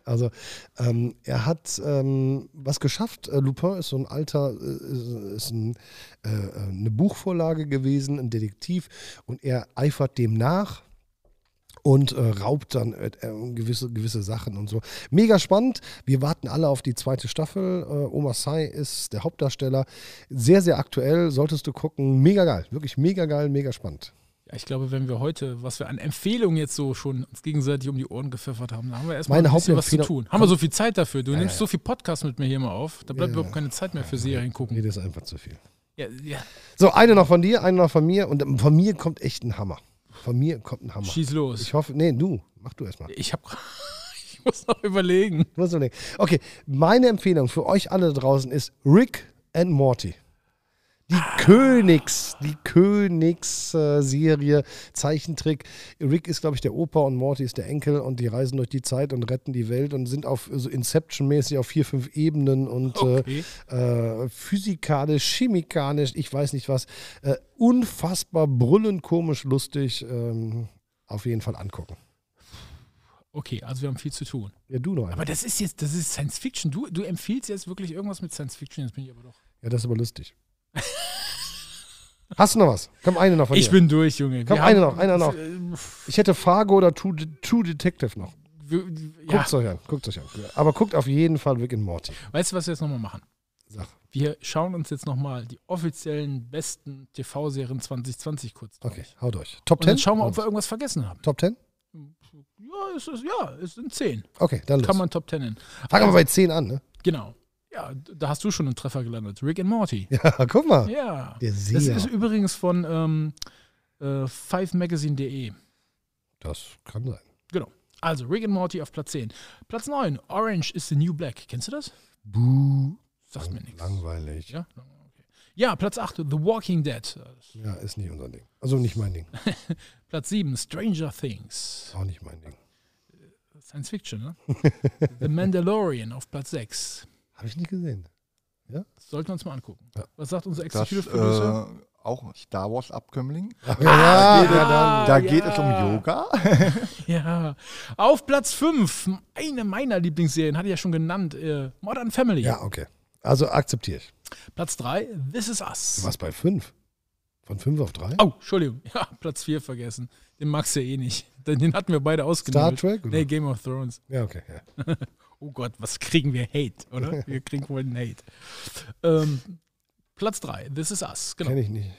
Speaker 1: Also ähm, er hat ähm, was geschafft. Äh, Lupin ist so ein alter, äh, ist ein, äh, eine Buchvorlage gewesen, ein Detektiv und er eifert dem nach und äh, raubt dann äh, äh, gewisse, gewisse Sachen und so. Mega spannend. Wir warten alle auf die zweite Staffel. Äh, Omar Sy ist der Hauptdarsteller. Sehr, sehr aktuell. Solltest du gucken. Mega geil. Wirklich mega geil, mega spannend.
Speaker 2: Ja, ich glaube, wenn wir heute, was wir an Empfehlungen jetzt so schon uns gegenseitig um die Ohren gepfeffert haben, dann haben wir erstmal
Speaker 1: Meine
Speaker 2: ein bisschen was zu
Speaker 1: Hauptempfehlung-
Speaker 2: tun. Haben wir so viel Zeit dafür? Du nimmst so viel Podcast mit mir hier mal auf, da bleibt überhaupt keine Zeit mehr für Serien
Speaker 1: Nee,
Speaker 2: gucken.
Speaker 1: das ist einfach zu viel.
Speaker 2: Ja, ja.
Speaker 1: So, eine noch von dir, eine noch von mir und ähm, von mir kommt echt ein Hammer. Von mir kommt ein Hammer.
Speaker 2: Schieß los.
Speaker 1: Ich hoffe, nee, du, mach du erstmal.
Speaker 2: Ich habe, ich muss noch überlegen.
Speaker 1: Muss man denken. Okay, meine Empfehlung für euch alle da draußen ist Rick and Morty. Die Königs, die Königsserie, Zeichentrick. Rick ist, glaube ich, der Opa und Morty ist der Enkel und die reisen durch die Zeit und retten die Welt und sind auf so Inception-mäßig auf vier, fünf Ebenen und
Speaker 2: Okay.
Speaker 1: äh, äh, physikalisch, chemikalisch, ich weiß nicht was. Äh, unfassbar brüllend, komisch, lustig. Ähm, auf jeden Fall angucken.
Speaker 2: Okay, also wir haben viel zu tun.
Speaker 1: Ja, du noch einmal.
Speaker 2: Aber das ist jetzt, das ist Science Fiction. Du, du empfiehlst jetzt wirklich irgendwas mit Science Fiction. Jetzt bin ich aber doch.
Speaker 1: Ja, das ist aber lustig. Hast du noch was? Komm, eine noch von
Speaker 2: Ich
Speaker 1: dir.
Speaker 2: bin durch, Junge.
Speaker 1: Komm,
Speaker 2: Wir
Speaker 1: eine
Speaker 2: haben-
Speaker 1: noch, eine noch. Ich hätte Fargo oder True, De- True Detective noch.
Speaker 2: Wir, ja.
Speaker 1: Guckt's euch an, guckt's euch an. Aber guckt auf jeden Fall Rick and Morty.
Speaker 2: Weißt du, was wir jetzt nochmal machen?
Speaker 1: Sag.
Speaker 2: Wir schauen uns jetzt nochmal die offiziellen besten TV-Serien 2020 kurz durch.
Speaker 1: Okay, Oh. haut euch. Top
Speaker 2: Und dann
Speaker 1: 10?
Speaker 2: schauen wir, ob wir irgendwas vergessen haben.
Speaker 1: Top 10?
Speaker 2: Ja, es, ist, ja, es sind 10.
Speaker 1: Okay, dann los.
Speaker 2: Kann man Top 10 nennen.
Speaker 1: Fangen wir bei 10 an, ne?
Speaker 2: Genau. Ja, d- da hast du schon einen Treffer gelandet. Rick and Morty.
Speaker 1: Ja, guck mal.
Speaker 2: Ja.
Speaker 1: Der
Speaker 2: Das
Speaker 1: Seher.
Speaker 2: ist
Speaker 1: Das,
Speaker 2: übrigens von ähm, äh, fivemagazine.de.
Speaker 1: kann sein.
Speaker 2: Genau. Also Rick and Morty auf Platz 10. Platz 9, Orange is the New Black. Kennst du das?
Speaker 1: Buh.
Speaker 2: Sagt mir nichts.
Speaker 1: Langweilig.
Speaker 2: Ja? Okay. ja, Platz 8, The Walking Dead. Äh,
Speaker 1: Ja, ist nicht unser Ding. Also nicht mein Ding.
Speaker 2: Platz 7, Stranger Things.
Speaker 1: Auch nicht mein Ding.
Speaker 2: Science Fiction, ne? The Mandalorian auf Platz 6.
Speaker 1: Habe ich nicht gesehen.
Speaker 2: Das sollten wir uns mal angucken.
Speaker 1: Ja.
Speaker 2: Was sagt unser
Speaker 4: Das,
Speaker 2: Executive Producer? Ah,
Speaker 4: äh, auch Star Wars Abkömmling.
Speaker 1: ja,
Speaker 4: Geht- da geht es um
Speaker 2: ja.
Speaker 4: Yoga.
Speaker 1: äh,
Speaker 2: Ja. Auf Platz 5, eine meiner Lieblingsserien, hatte ich ja schon genannt, äh, Modern Family.
Speaker 1: ja, okay. Also akzeptiere ich.
Speaker 2: Platz 3, This Is Us.
Speaker 1: Du warst bei 5. Von 5 auf 3?
Speaker 2: Oh, Entschuldigung. Ja, Platz 4 vergessen. Den magst du ja eh nicht. Den den hatten wir beide
Speaker 1: Star
Speaker 2: ausgenommen.
Speaker 1: Trek? Oder?
Speaker 2: Nee, Game of Thrones.
Speaker 1: Ja, okay. Ja.
Speaker 2: Oh Gott, was kriegen wir Hate, oder? Wir kriegen wohl einen Hate. Ähm, Platz 3, This Is Us. Genau.
Speaker 1: Kenne ich nicht.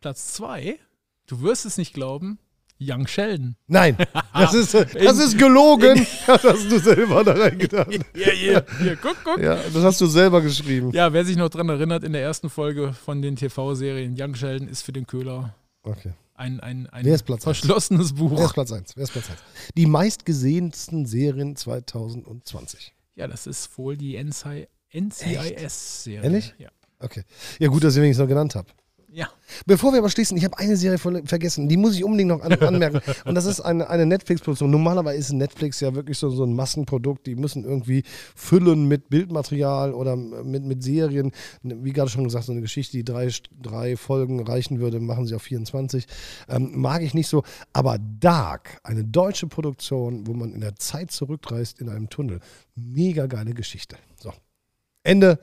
Speaker 2: Platz 2, du wirst es nicht glauben, Young Sheldon.
Speaker 1: Nein, das ist, äh, das ist gelogen. Das hast du selber da reingetan.
Speaker 2: Ja, ja, ja, guck, guck. Ja.
Speaker 1: Ja, das hast du selber geschrieben.
Speaker 2: wer sich noch dran erinnert, in der ersten Folge von den TV-Serien Young Sheldon ist für den Köhler
Speaker 1: Okay.
Speaker 2: ein, ein, ein
Speaker 1: Wer ist Platz eins?
Speaker 2: verschlossenes
Speaker 1: Wer ist
Speaker 2: Buch.
Speaker 1: Platz 1? Wer ist Platz 1? Die meistgesehensten Serien 2020.
Speaker 2: Ja, das ist wohl die NCI NCIS-Serie.
Speaker 1: Ehrlich?
Speaker 2: Ja.
Speaker 1: Okay. Ja, gut, dass ich wenigstens noch genannt habe.
Speaker 2: ja.
Speaker 1: Bevor wir aber schließen, ich habe eine Serie voll- vergessen, die muss ich unbedingt noch an, anmerken. Und das ist eine, eine Netflix-Produktion. Normalerweise ist Netflix ja wirklich so, so ein Massenprodukt. Die müssen irgendwie füllen mit Bildmaterial oder mit, mit Serien. Wie gerade schon gesagt, so eine Geschichte, die drei, St- drei Folgen reichen würde, machen sie auf 24. Ähm, mag ich nicht so. Aber Dark, eine deutsche Produktion, wo man in der Zeit zurückreist in einem Tunnel. Mega geile Geschichte. So. Ende.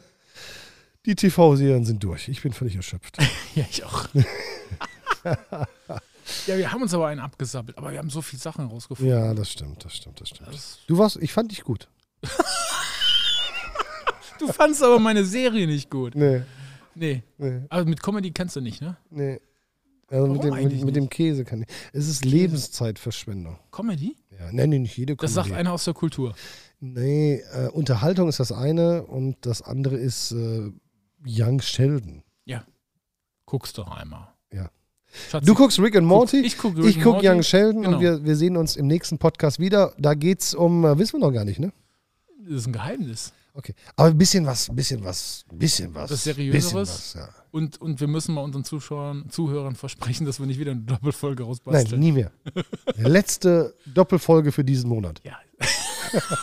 Speaker 1: Die TV-Serien sind durch. Ich bin völlig erschöpft.
Speaker 2: Ja, ich auch. ja, wir haben uns aber einen abgesammelt, aber wir haben so viele Sachen rausgefunden.
Speaker 1: Ja, das stimmt, das stimmt, das stimmt.
Speaker 2: Das-
Speaker 1: Du warst, ich fand dich gut.
Speaker 2: Du fandst aber meine Serie nicht gut.
Speaker 1: Nee,
Speaker 2: Nee.
Speaker 1: nee,
Speaker 2: Aber mit Comedy kannst du nicht, ne?
Speaker 1: nee. Also mit dem,
Speaker 2: Warum
Speaker 1: mit,
Speaker 2: eigentlich
Speaker 1: mit dem Käse kann ich. Es ist Lebenszeitverschwendung.
Speaker 2: Comedy?
Speaker 1: Ja, nenne nicht jede
Speaker 2: Das sagt einer aus der Kultur.
Speaker 1: Nee, äh, Unterhaltung ist das eine und das andere ist äh, Young Sheldon.
Speaker 2: Guck's doch einmal.
Speaker 1: Ja.
Speaker 2: Schatz,
Speaker 1: Du guckst Rick and Morty,
Speaker 2: Ich guck Rick
Speaker 1: ich
Speaker 2: and
Speaker 1: guck
Speaker 2: Morty.
Speaker 1: Young Sheldon
Speaker 2: Genau.
Speaker 1: und wir, wir sehen uns im nächsten Podcast wieder. Da geht's um, äh, wissen wir noch gar nicht, ne?
Speaker 2: das ist ein Geheimnis.
Speaker 1: Okay. Aber ein bisschen was, ein bisschen was, ein bisschen was.
Speaker 2: Was
Speaker 1: bisschen
Speaker 2: Seriöseres?
Speaker 1: was, ja.
Speaker 2: Und, und wir müssen mal unseren Zuschauern, Zuhörern versprechen, dass wir nicht wieder eine Doppelfolge
Speaker 1: Nein,
Speaker 2: rausbasteln.
Speaker 1: nie mehr. Letzte Doppelfolge für diesen Monat.
Speaker 2: Ja,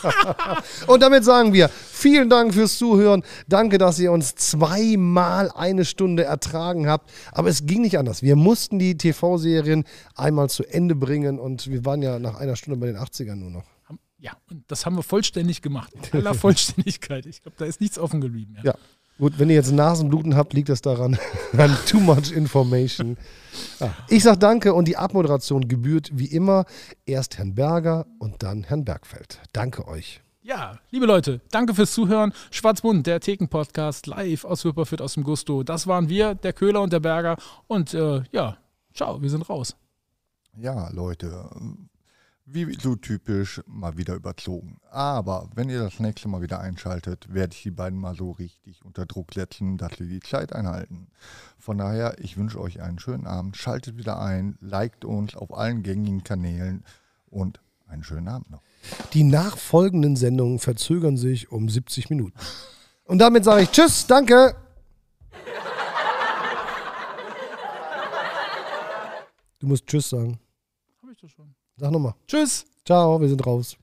Speaker 1: Und damit sagen wir vielen Dank fürs Zuhören. Danke, dass ihr uns zweimal eine Stunde ertragen habt. Aber es ging nicht anders. Wir mussten die TV-Serien einmal zu Ende bringen und wir waren ja nach einer Stunde bei den 80ern nur noch.
Speaker 2: Ham- ja, und das haben wir vollständig gemacht. In aller Vollständigkeit. Ich glaube, da ist nichts offen geblieben. Ja.
Speaker 1: Ja. Gut, wenn ihr jetzt Nasenbluten habt, liegt das daran an too much information. Ja. Ich sag danke und die Abmoderation gebührt wie immer erst Herrn Berger und dann Herrn Bergfeld. Danke euch.
Speaker 2: Ja, liebe Leute, danke fürs Zuhören. Schwarzbund, der Theken-Podcast, live aus Wipperfit aus dem Gusto. Das waren wir, der Köhler und der Berger. Und äh, ja, ciao, wir sind raus.
Speaker 4: Ja, Leute, ähm, wie so typisch mal wieder überzogen. Aber wenn ihr das nächste Mal wieder einschaltet, werde ich die beiden mal so richtig unter Druck setzen, dass sie die Zeit einhalten. Von daher, ich wünsche euch einen schönen Abend. Schaltet wieder ein, liked uns auf allen gängigen Kanälen und einen schönen Abend noch.
Speaker 1: Die nachfolgenden Sendungen verzögern sich um 70 Minuten. Und damit sage ich Tschüss, danke. Du musst Tschüss sagen.
Speaker 2: Hab ich doch schon.
Speaker 1: Sag nochmal.
Speaker 2: Tschüss.
Speaker 1: Ciao, wir sind raus.